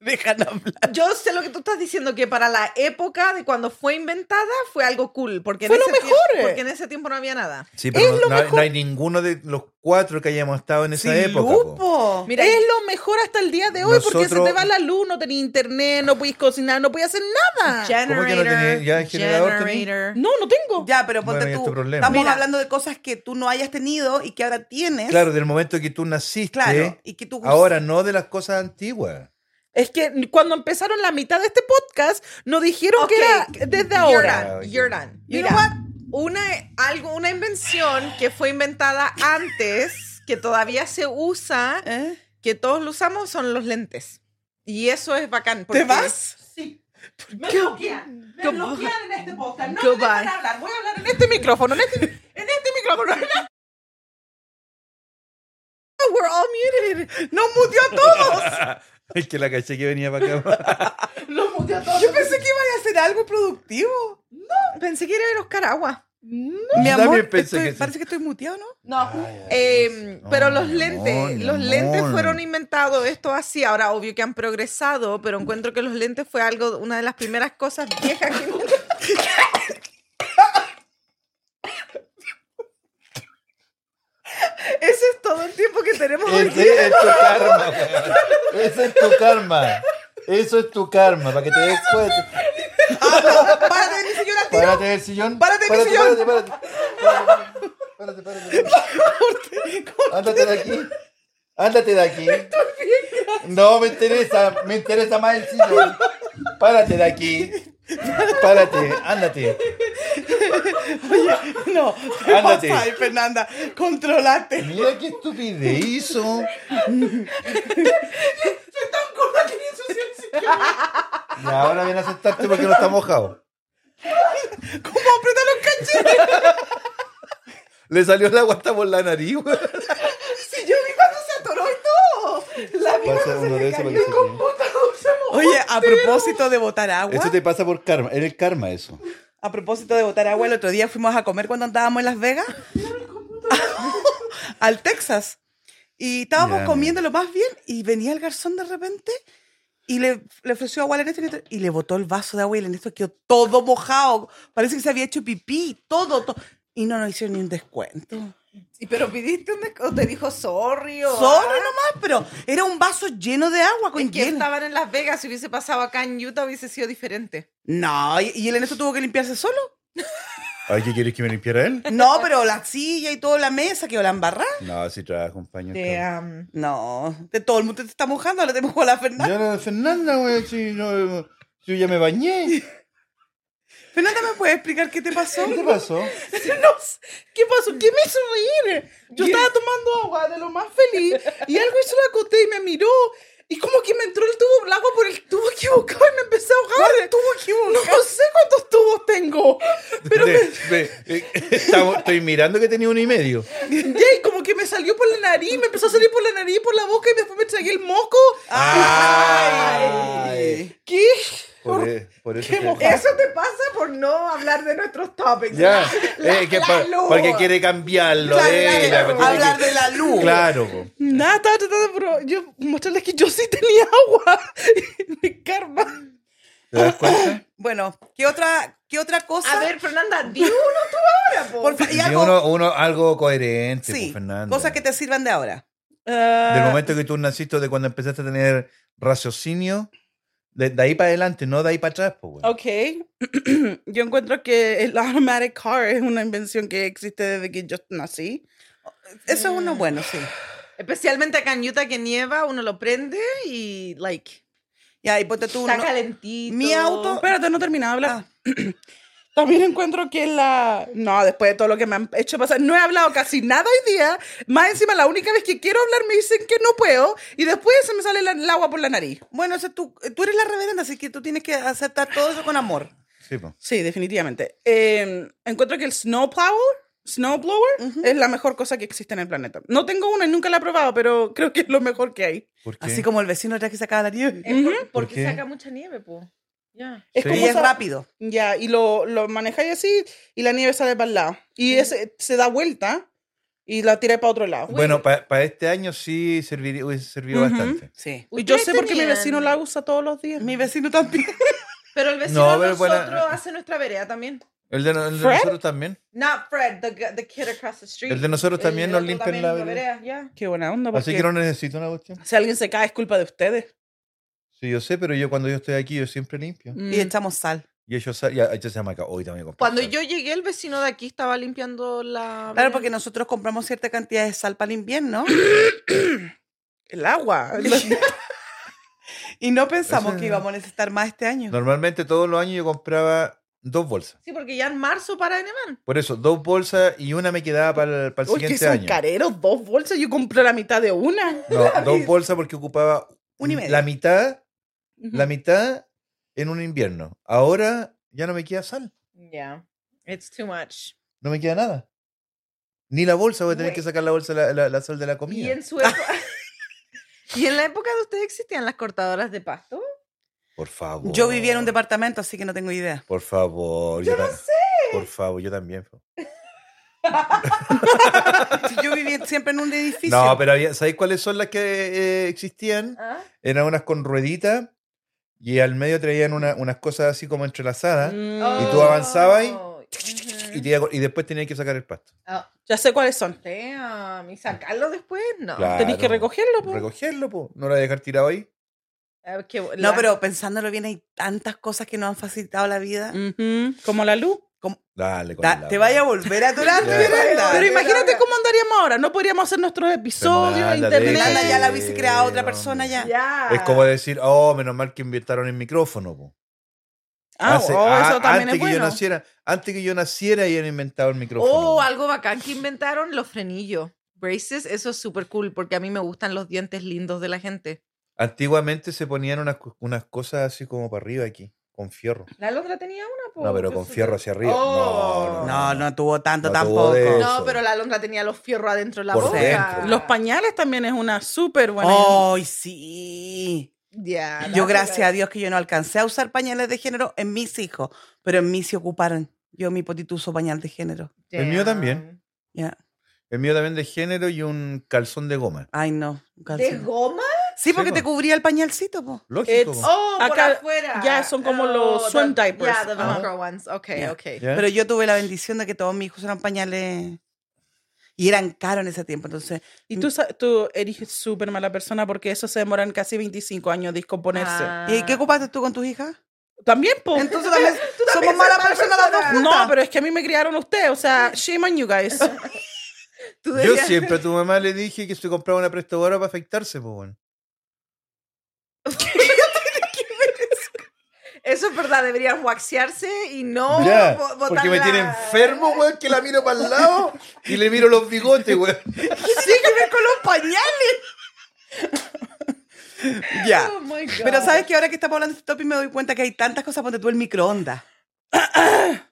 Speaker 4: Dejan hablar.
Speaker 2: Yo sé lo que tú estás diciendo, que para la época de cuando fue inventada fue algo cool. Porque
Speaker 1: Fue
Speaker 2: en
Speaker 1: lo
Speaker 2: ese
Speaker 1: mejor,
Speaker 2: tiempo-
Speaker 1: eh.
Speaker 2: porque en ese tiempo no había nada.
Speaker 3: Sí, pero
Speaker 1: Es
Speaker 3: no,
Speaker 1: lo
Speaker 3: no hay-
Speaker 1: mejor.
Speaker 3: no hay ninguno de los cuatro que hayamos estado en esa
Speaker 4: Sin
Speaker 3: época. po.
Speaker 4: lupo.
Speaker 2: Mira,
Speaker 1: es lo mejor hasta el día de hoy porque se
Speaker 3: Nosotros-
Speaker 1: te va la luz, no tenés internet, no podés cocinar, no podés hacer nada.
Speaker 2: generator,
Speaker 3: ¿Cómo que no tenía- ya el generador tenía?
Speaker 2: generator.
Speaker 1: No, no tengo.
Speaker 4: Ya, pero
Speaker 3: Bueno,
Speaker 4: ponte
Speaker 3: ya es
Speaker 4: tú.
Speaker 3: tu problema.
Speaker 4: Estamos
Speaker 2: Mira.
Speaker 4: hablando de cosas que tú no hayas tenido y que ahora tienes.
Speaker 3: Claro, del momento que tú naciste,
Speaker 4: Claro, y que tú
Speaker 3: ahora no de las cosas antiguas.
Speaker 1: Es que cuando empezaron la mitad de este podcast, no dijeron
Speaker 2: Ok,
Speaker 1: que era desde
Speaker 2: You're
Speaker 1: ahora.
Speaker 3: Ah,
Speaker 2: done.
Speaker 3: ok.
Speaker 2: You're done.
Speaker 4: You
Speaker 2: Mira,
Speaker 4: know what?
Speaker 2: Una, algo, una invención que fue inventada antes, que todavía se usa,
Speaker 4: ¿Eh?
Speaker 2: que todos lo usamos, son los lentes. Y eso es bacán.
Speaker 4: ¿Te
Speaker 2: porque-
Speaker 4: vas?
Speaker 1: Me bloquean. Me bloquean en este podcast. No me
Speaker 2: Goodbye.
Speaker 1: dejan hablar. Voy a hablar en este micrófono. En este, en este micrófono.
Speaker 2: We're all muted.
Speaker 4: ¡Nos mutió a todos!
Speaker 3: Es que la caché que venía para acá.
Speaker 1: Los muteo a todos.
Speaker 4: Yo pensé que iban a hacer algo productivo.
Speaker 2: Pensé que era de Oscar Agua.
Speaker 4: Mi
Speaker 3: Yo
Speaker 4: amor,
Speaker 3: también pensé
Speaker 4: estoy-
Speaker 3: que sí.
Speaker 4: parece que estoy muteado, ¿no?
Speaker 2: No.
Speaker 3: Ay, ay,
Speaker 2: Eh,
Speaker 3: sí.
Speaker 2: pero
Speaker 3: No,
Speaker 2: los
Speaker 3: mi
Speaker 2: lentes,
Speaker 3: amor, mi
Speaker 2: los lentes
Speaker 3: amor.
Speaker 2: fueron inventados, esto así, ahora obvio que han progresado, pero encuentro que los lentes fue algo, una de las primeras cosas viejas que inventaron. Ese es todo el tiempo que tenemos hoy.
Speaker 3: Ese es tu karma, weón. Ese es tu karma. Eso es tu karma, para que te des cuenta.
Speaker 4: Párate de mi sillón al tiro.
Speaker 3: Párate del sillón.
Speaker 4: Párate, mi sillón.
Speaker 3: Párate, párate. Párate, párate. párate. Ándate de aquí. Ándate de aquí. No me interesa, me interesa más el sillón. Párate de aquí. Párate, ándate.
Speaker 4: No, ¿qué
Speaker 3: Ándate.
Speaker 4: pasa ahí, Fernanda? Controlate.
Speaker 3: Mira qué estupidez hizo. Y ahora viene a sentarte porque no está mojado.
Speaker 4: ¿Cómo aprieta los cachetes?
Speaker 3: Le salió el agua hasta por la nariz. güey.
Speaker 4: Si yo vi cuando se atoró y todo. La
Speaker 3: Pasa uno de esos para que se-
Speaker 4: computador se Oye, a propósito de botar agua.
Speaker 3: Esto te pasa por karma. Era el karma eso.
Speaker 4: A propósito de botar agua, el otro día fuimos a comer cuando andábamos en Las Vegas. al Texas. Y estábamos
Speaker 3: Ya,
Speaker 4: comiendo lo más bien y venía el garzón de repente y le, le ofreció agua a la Ernesto y le- y le botó el vaso de agua y el Ernesto quedó todo mojado. Parece que se había hecho pipí, todo, todo. Y no nos hicieron ni un descuento.
Speaker 2: ¿Y pero pidiste un desc- o te dijo sorry o
Speaker 4: Solo
Speaker 2: ah?
Speaker 4: nomás, pero era un vaso lleno de agua con
Speaker 2: Es que
Speaker 4: hielo.
Speaker 2: estaban en Las Vegas, si hubiese pasado acá en Utah hubiese sido diferente.
Speaker 4: No, y, y el Ernesto tuvo que limpiarse solo.
Speaker 3: Ay, ¿qué quieres que me limpiara él?
Speaker 4: No, pero la silla y toda la mesa quedó la embarrada.
Speaker 3: No, si trabaja un paño.
Speaker 2: Te,
Speaker 3: cabrón.
Speaker 2: am,
Speaker 4: No, de todo el mundo te está mojando, ahora te mojó la Fernanda.
Speaker 3: Ya no, Fernanda, güey, si no, yo ya me bañé.
Speaker 4: Fernanda, ¿me puedes explicar qué te pasó?
Speaker 3: ¿Qué te pasó?
Speaker 1: No sé, ¿Qué pasó? ¿Qué me hizo reír? Yo estaba tomando agua de lo más feliz y algo hizo la coté y me miró y como que me entró el tubo, el agua por el tubo equivocado y me empecé a ahogar. ¿Cuál tubo equivocado? No sé cuántos tubos tengo, pero
Speaker 3: Ve, ve, eh, estamos- estoy mirando que tenía uno y medio.
Speaker 1: me, ya, y como que me salió por la nariz, me empezó a salir por la nariz, por la boca y después me tragué el moco.
Speaker 3: Ay.
Speaker 1: ¿Qué?
Speaker 3: Por, e- por eso.
Speaker 1: Qué
Speaker 3: que-
Speaker 1: mojada.
Speaker 2: Eso te pasa por no hablar de nuestros topics.
Speaker 3: Ya,
Speaker 2: La-
Speaker 3: eh, que
Speaker 2: la
Speaker 3: por-
Speaker 2: luz.
Speaker 3: porque quiere cambiarlo.
Speaker 4: Claro,
Speaker 3: eh, la
Speaker 4: claro,
Speaker 3: cuestión es
Speaker 4: Hablar
Speaker 3: que-
Speaker 4: de la luz.
Speaker 3: Claro, po.
Speaker 1: Nada, estaba tratando, pero yo mostrarles que yo sí tenía agua. Mi karma.
Speaker 3: ¿Te das cuenta?
Speaker 4: Bueno, ¿qué otra, qué otra cosa?
Speaker 2: A ver, Fernanda, di uno tú ahora, po.
Speaker 4: Por fa- y
Speaker 3: Y
Speaker 4: algo,
Speaker 3: uno, uno- algo coherente,
Speaker 4: sí,
Speaker 3: po, Fernanda.
Speaker 4: cosas que te sirvan de ahora.
Speaker 3: Del momento que tú naciste, de cuando empezaste a tener raciocinio, de, de ahí para adelante, no de ahí para atrás, pues, bueno.
Speaker 1: Ok. yo encuentro que el automatic car es una invención que existe desde que yo nací.
Speaker 4: Eso es uno bueno, sí.
Speaker 2: Especialmente acá en Utah que nieva, uno lo prende y, like,
Speaker 4: Ya, y ponte tú
Speaker 2: está
Speaker 4: uno.
Speaker 2: calentito.
Speaker 4: Mi auto- Ah.
Speaker 1: Espérate, no he terminado de hablar. También encuentro que la... No, después de todo lo que me han hecho pasar, no he hablado casi nada hoy día. Más encima, la única vez que quiero hablar me dicen que no puedo y después se me sale la- el agua por la nariz.
Speaker 4: Bueno, ese tú, tú eres la reverenda, así que tú tienes que aceptar todo eso con amor.
Speaker 3: Sí, po.
Speaker 1: Sí, definitivamente. Eh, encuentro que el snowplower, snowblower es la mejor cosa que existe en el planeta. No tengo una y nunca la he probado, pero creo que es lo mejor que hay.
Speaker 3: ¿Por qué?
Speaker 4: Así como el vecino atrás que sacaba la nieve.
Speaker 2: Es por-
Speaker 3: ¿Por
Speaker 2: porque
Speaker 3: qué?
Speaker 2: saca mucha nieve, po. Ya.
Speaker 1: Es
Speaker 3: Sí.
Speaker 1: como
Speaker 4: Y es
Speaker 1: esa-
Speaker 4: rápido.
Speaker 1: Ya, y lo, lo manejáis así y la nieve sale para el lado. Y ese, se da vuelta y la tiráis para otro lado.
Speaker 3: Bueno, para este año sí serviría, hubiese servido
Speaker 1: Ujú.
Speaker 3: bastante.
Speaker 4: Sí.
Speaker 1: y yo
Speaker 2: Ustedes
Speaker 1: sé por qué mi
Speaker 2: tenían-
Speaker 1: vecino la usa todos los días.
Speaker 4: Mi vecino también.
Speaker 2: Pero el vecino
Speaker 3: No,
Speaker 2: de
Speaker 3: pero bueno, eh,
Speaker 2: nosotros hace nuestra vereda también.
Speaker 3: El de, no- el de
Speaker 1: ¿Fred?
Speaker 3: nosotros también.
Speaker 2: Not Fred, the, gu- the kid across the street.
Speaker 3: El de nosotros también nos
Speaker 2: otro
Speaker 3: limpian
Speaker 2: también
Speaker 3: la
Speaker 2: lo
Speaker 3: vereda.
Speaker 2: vereda, ya.
Speaker 1: Qué buena onda.
Speaker 3: Así
Speaker 1: porque
Speaker 3: que no necesito una cuestión.
Speaker 1: Si alguien se cae es culpa de ustedes.
Speaker 3: Sí, yo sé, pero yo cuando yo estoy aquí, yo siempre limpio.
Speaker 1: Mm.
Speaker 4: Y echamos sal.
Speaker 3: Y ellos sal- ya, ya se llama acá. Hoy también
Speaker 2: Cuando yo llegué, el vecino de aquí estaba limpiando la.
Speaker 4: Claro,
Speaker 2: vereda.
Speaker 4: porque nosotros compramos cierta cantidad de sal para el invierno
Speaker 1: El agua.
Speaker 4: y no pensamos
Speaker 3: Eso-
Speaker 4: que íbamos a necesitar más este año.
Speaker 3: Normalmente todos los años yo compraba dos bolsas.
Speaker 2: Sí, porque ya en marzo para de nevar.
Speaker 3: Por eso, dos bolsas y una me quedaba para el, para el
Speaker 1: Uy, que
Speaker 3: siguiente
Speaker 1: son
Speaker 3: año.
Speaker 1: careros, dos bolsas. Yo compré la mitad de una.
Speaker 3: No, dos bolsas porque ocupaba
Speaker 4: Una y media.
Speaker 3: la mitad, la mitad en un invierno. Ahora ya no me queda sal,
Speaker 2: Yeah, it's too much.
Speaker 3: no me queda nada. Ni la bolsa, voy a tener
Speaker 2: Güey.
Speaker 3: que sacar la bolsa, la, la- la sal de la
Speaker 2: Y
Speaker 3: comida.
Speaker 2: en su época. ¿Y en la época de ustedes existían las cortadoras de pasto?
Speaker 3: Por favor.
Speaker 4: Yo vivía en un departamento, así que no tengo idea.
Speaker 3: Por favor. Yo, no sé. Por favor, yo también. po.
Speaker 4: Si Yo vivía siempre en un edificio.
Speaker 3: No, pero había, ¿sabéis cuáles son las que eh, existían?
Speaker 2: ¿Ah?
Speaker 3: Eran unas con rueditas y al medio traían una- unas cosas así como entrelazadas
Speaker 1: Mm.
Speaker 3: Y tú avanzabas ahí.
Speaker 2: Oh,
Speaker 4: Mm.
Speaker 3: y,
Speaker 2: ujú.
Speaker 3: te iba- y después tenías que sacar el pasto.
Speaker 2: Oh,
Speaker 1: Ya sé cuáles son.
Speaker 2: damn, ¿Y sacarlo después? No.
Speaker 3: Claro.
Speaker 1: Tenéis que recogerlo. po.
Speaker 3: Recogerlo, po. no la voy a dejar tirado ahí.
Speaker 2: Ah, qué bo-
Speaker 4: No,
Speaker 2: la-
Speaker 4: pero pensándolo bien, hay tantas cosas que nos han facilitado la vida.
Speaker 1: Ujú, Como la luz.
Speaker 3: Dale, Mm. con
Speaker 4: Da-
Speaker 3: el
Speaker 4: te
Speaker 3: agua.
Speaker 4: vaya a volver a aturar,
Speaker 3: Ya.
Speaker 4: Fernanda.
Speaker 1: Pero
Speaker 2: Dale,
Speaker 1: imagínate
Speaker 2: dale.
Speaker 1: cómo andaríamos ahora. No podríamos hacer nuestros episodios,
Speaker 3: Fernanda,
Speaker 4: Fernanda
Speaker 1: internet.
Speaker 3: déjate.
Speaker 4: ya la hubiese creado otra
Speaker 3: Sí,
Speaker 4: persona ya.
Speaker 2: Ya.
Speaker 3: Es como decir, oh, menos mal que inventaron el micrófono. po.
Speaker 1: Ah,
Speaker 3: Hace-
Speaker 1: oh,
Speaker 3: a-
Speaker 1: eso también
Speaker 3: antes
Speaker 1: es
Speaker 3: que yo
Speaker 1: bueno.
Speaker 3: naciera, antes que yo naciera, habían inventado el micrófono.
Speaker 2: Oh,
Speaker 3: po.
Speaker 2: algo bacán que inventaron los frenillos. Braces, eso es súper cool porque a mí me gustan los dientes lindos de la gente.
Speaker 3: Antiguamente se ponían unas, cu- unas cosas así como para arriba aquí, con fierro.
Speaker 2: ¿La Londra tenía una? po?
Speaker 3: No, pero con fierro hacia arriba.
Speaker 2: Oh.
Speaker 3: No, no,
Speaker 4: No, no tuvo tanto
Speaker 3: No
Speaker 4: tampoco.
Speaker 3: tuvo de-
Speaker 2: No,
Speaker 3: Eso.
Speaker 2: pero la Londra tenía los fierros adentro de la
Speaker 3: Por
Speaker 2: boca.
Speaker 3: dentro.
Speaker 4: Oh,
Speaker 1: Los pañales también es una súper buena.
Speaker 4: Ay, sí.
Speaker 2: Ya.
Speaker 4: Yo,
Speaker 2: no,
Speaker 4: gracias
Speaker 2: pero-
Speaker 4: a Dios que yo no alcancé a usar pañales de género en mis hijos, pero en mí se ocuparon. Yo mi potito uso pañal de género.
Speaker 3: El mío también.
Speaker 4: Ya.
Speaker 3: El mío también de género y un calzón de goma.
Speaker 4: Ay, no.
Speaker 2: Damn.
Speaker 4: calzón.
Speaker 2: ¿De goma?
Speaker 4: Sí, porque
Speaker 3: Sí,
Speaker 4: te
Speaker 3: po.
Speaker 4: cubría el pañalcito, po.
Speaker 3: Lógico.
Speaker 1: It's-
Speaker 3: po.
Speaker 2: Oh, por
Speaker 1: Acá-
Speaker 2: afuera. Oh,
Speaker 1: ya, son como los
Speaker 2: the-
Speaker 1: swim diapers.
Speaker 2: Yeah, the
Speaker 1: Ajá.
Speaker 2: Velcro ones. Okay,
Speaker 4: Yeah.
Speaker 2: okay.
Speaker 3: ¿Ya?
Speaker 4: Pero yo tuve la bendición de que todos mis hijos usaron pañales y eran caros en ese tiempo. Entonces,
Speaker 1: Y tú, sa- tú eres súper mala persona porque eso se demoran casi 25 años de descomponerse.
Speaker 2: Ah.
Speaker 4: ¿y qué ocupaste tú con tus hijas?
Speaker 1: También, po.
Speaker 4: Entonces también somos
Speaker 2: también
Speaker 4: malas
Speaker 2: eres mala
Speaker 4: personas las dos
Speaker 1: No,
Speaker 4: juntas.
Speaker 1: pero es que a mí me criaron ustedes, o sea, shame on you guys.
Speaker 2: Tú
Speaker 3: Yo
Speaker 2: deberías-
Speaker 3: siempre a tu mamá le dije que se compraba una prestadora para afectarse, pues bueno.
Speaker 2: Eso es verdad, deberían waxearse y no
Speaker 3: Ya,
Speaker 2: Oh, bo- botar
Speaker 3: porque me
Speaker 2: la-
Speaker 3: tiene enfermo, weón, que la miro para el lado y le miro los bigotes, weón.
Speaker 4: Sí, que ver con los pañales. ya.
Speaker 2: Oh my God.
Speaker 4: Pero sabes que ahora que estamos hablando de este topic me doy cuenta que hay tantas cosas, ponte tú el microondas.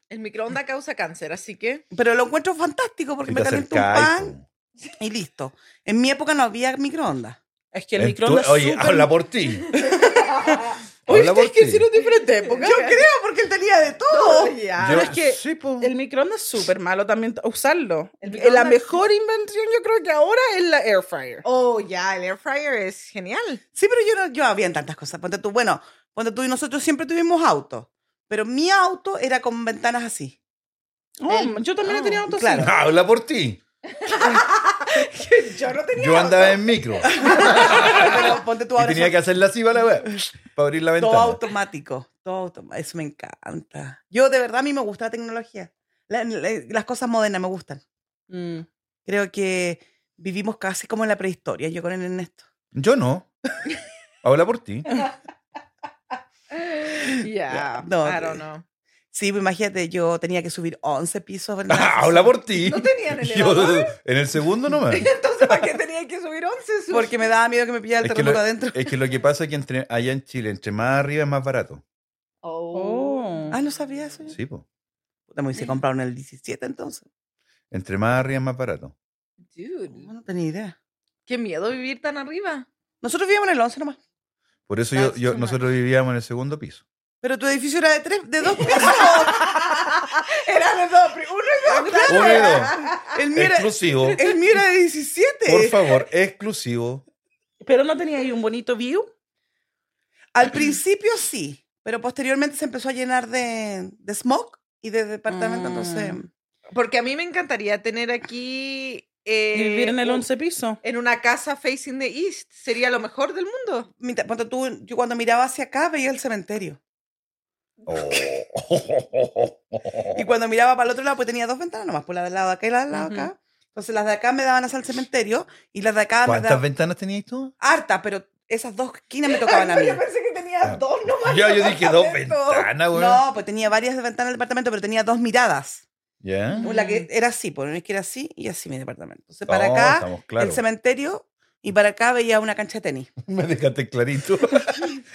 Speaker 2: El microondas causa cáncer, así que.
Speaker 4: Pero lo encuentro fantástico porque
Speaker 3: Y
Speaker 4: me
Speaker 3: te
Speaker 4: caliento un
Speaker 3: acercáis,
Speaker 4: pan
Speaker 3: po.
Speaker 4: y listo. En mi época no había microondas.
Speaker 1: Es que el
Speaker 3: En tu-
Speaker 1: microondas es
Speaker 3: Oye,
Speaker 1: súper-
Speaker 3: habla por ti.
Speaker 1: Oye,
Speaker 3: habla por
Speaker 1: ustedes que
Speaker 3: ti.
Speaker 1: hicieron diferente época.
Speaker 4: Yo creo porque él tenía de todo.
Speaker 2: oh, ya.
Speaker 3: Yo-
Speaker 1: es que
Speaker 3: sí, po.
Speaker 1: El microondas es súper malo también t- usarlo.
Speaker 2: El
Speaker 1: Eh, la
Speaker 2: microondas-
Speaker 1: mejor invención yo creo que ahora es la air fryer.
Speaker 2: Oh, ya, el air fryer es genial.
Speaker 4: Sí, pero yo no, yo había tantas cosas. Ponte tú, bueno, ponte tú y nosotros siempre tuvimos auto. Pero mi auto era con ventanas así.
Speaker 1: Oh, yo también he
Speaker 4: oh,
Speaker 1: tenido auto así.
Speaker 4: claro.
Speaker 3: Habla por ti.
Speaker 2: Yo no tenía.
Speaker 3: Yo andaba en micro y
Speaker 4: Pero ponte tú ahora.
Speaker 3: tenía
Speaker 4: son
Speaker 3: que hacer la ciba la weá para abrir la
Speaker 4: todo
Speaker 3: ventana.
Speaker 4: automático. Todo automa- Eso me encanta. Yo, de verdad, a mí me gusta la tecnología. La- la- las cosas modernas me gustan.
Speaker 1: Mm.
Speaker 4: Creo que vivimos casi como en la prehistoria, yo con el Ernesto.
Speaker 3: Yo no. Habla por ti.
Speaker 4: Ya,
Speaker 2: Ya.
Speaker 4: no,
Speaker 2: I
Speaker 4: eh,
Speaker 2: don't know.
Speaker 4: Sí, pues imagínate, yo tenía que subir 11 pisos. ¿verdad?
Speaker 3: Habla por ti.
Speaker 2: ¿No tenían
Speaker 3: Yo
Speaker 2: elevador?
Speaker 3: en el segundo nomás.
Speaker 2: Entonces, ¿para qué tenía que subir 11? Su-
Speaker 4: Porque me daba miedo que me pillara el
Speaker 3: Es que
Speaker 4: terremoto
Speaker 3: lo-
Speaker 4: adentro.
Speaker 3: Es que lo que pasa es que entre, allá en Chile, entre más arriba es más barato.
Speaker 2: Oh.
Speaker 4: Ah, no sabía eso. yo.
Speaker 3: Sí, po.
Speaker 4: Puta, me hubiese comprado en el 17 entonces.
Speaker 3: Entre más arriba es más barato.
Speaker 2: Dude.
Speaker 4: No, no tenía idea.
Speaker 2: Qué miedo vivir tan arriba.
Speaker 4: Nosotros vivíamos en el 11 nomás.
Speaker 3: Por eso yo,
Speaker 2: That's
Speaker 3: yo-
Speaker 2: too much.
Speaker 3: nosotros vivíamos en el segundo piso.
Speaker 4: Pero tu edificio era de tres, de dos pisos.
Speaker 2: Era de dos, pri- uno y dos. claro.
Speaker 3: Uno y dos.
Speaker 4: El mío, era,
Speaker 3: Exclusivo.
Speaker 4: el mío era de 17.
Speaker 3: Por favor, exclusivo.
Speaker 1: Pero no tenía ahí un bonito view.
Speaker 4: Al principio sí, pero posteriormente se empezó a llenar de, de smoke y de departamento.
Speaker 1: Mm.
Speaker 4: Entonces,
Speaker 2: Porque a mí me encantaría tener aquí. eh,
Speaker 1: y vivir en el
Speaker 2: un-
Speaker 1: 11 piso.
Speaker 2: En una casa facing the east. Sería lo mejor del mundo.
Speaker 4: mira, ponte tú, yo cuando miraba hacia acá veía el cementerio.
Speaker 3: Oh.
Speaker 4: Y cuando miraba para el otro lado, pues tenía dos ventanas nomás, por la del lado de acá y la del lado de acá. Entonces las de acá me daban hacia el cementerio y las de acá me
Speaker 3: ¿Cuántas
Speaker 4: daban
Speaker 3: ventanas tenías tú?
Speaker 4: hartas, pero esas dos esquinas me tocaban a mí.
Speaker 2: pensé que tenía
Speaker 3: Ah. Ya, yo dije dos ventanas, weón.
Speaker 4: No, pues tenía varias ventanas del departamento, pero tenía dos miradas.
Speaker 3: ¿Ya?
Speaker 4: La que era así, por una izquierda así y así mi departamento. Entonces para
Speaker 3: No,
Speaker 4: acá
Speaker 3: estamos claros.
Speaker 4: el cementerio y para acá veía una cancha de tenis.
Speaker 3: Me dejaste clarito.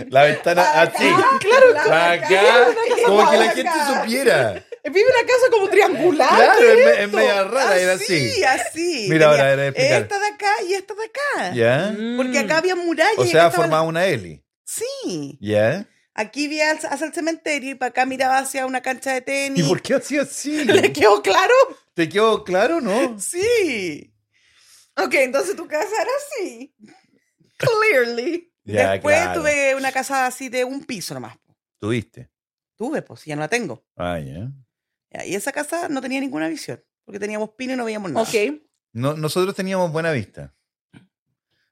Speaker 3: La ventana así.
Speaker 2: Claro,
Speaker 3: Para acá. Ah, Como que la gente supiera.
Speaker 1: Vive una casa como triangular.
Speaker 4: Ah,
Speaker 3: Claro, es, me- es media rara, era así.
Speaker 4: Así, así. Ah, Tenía Mm,
Speaker 3: Mira, ahora, era de explicar.
Speaker 4: Esta de acá y esta de acá.
Speaker 3: ¿Ya?
Speaker 1: Mm.
Speaker 4: Porque acá había murallas.
Speaker 3: O
Speaker 4: y
Speaker 3: sea,
Speaker 4: acá estaba la-
Speaker 3: formaba una L.
Speaker 4: Sí.
Speaker 3: ¿Ya?
Speaker 4: Aquí vi al- hacia el cementerio y para acá miraba hacia una cancha de tenis.
Speaker 3: ¿Y por qué hacía así?
Speaker 1: ¿Le quedó claro?
Speaker 3: ¿Te quedó claro no?
Speaker 4: Sí.
Speaker 2: Ok, entonces tu casa era así. Clearly.
Speaker 3: Ya,
Speaker 4: Después
Speaker 3: claro.
Speaker 4: tuve una casa así de un piso nomás.
Speaker 3: Tuviste.
Speaker 4: Tuve, pues, ya no la tengo.
Speaker 3: Ah, ya.
Speaker 4: Ya, Y esa casa no tenía ninguna visión, porque teníamos pino y no veíamos nada.
Speaker 1: Ok.
Speaker 3: No, nosotros teníamos buena vista.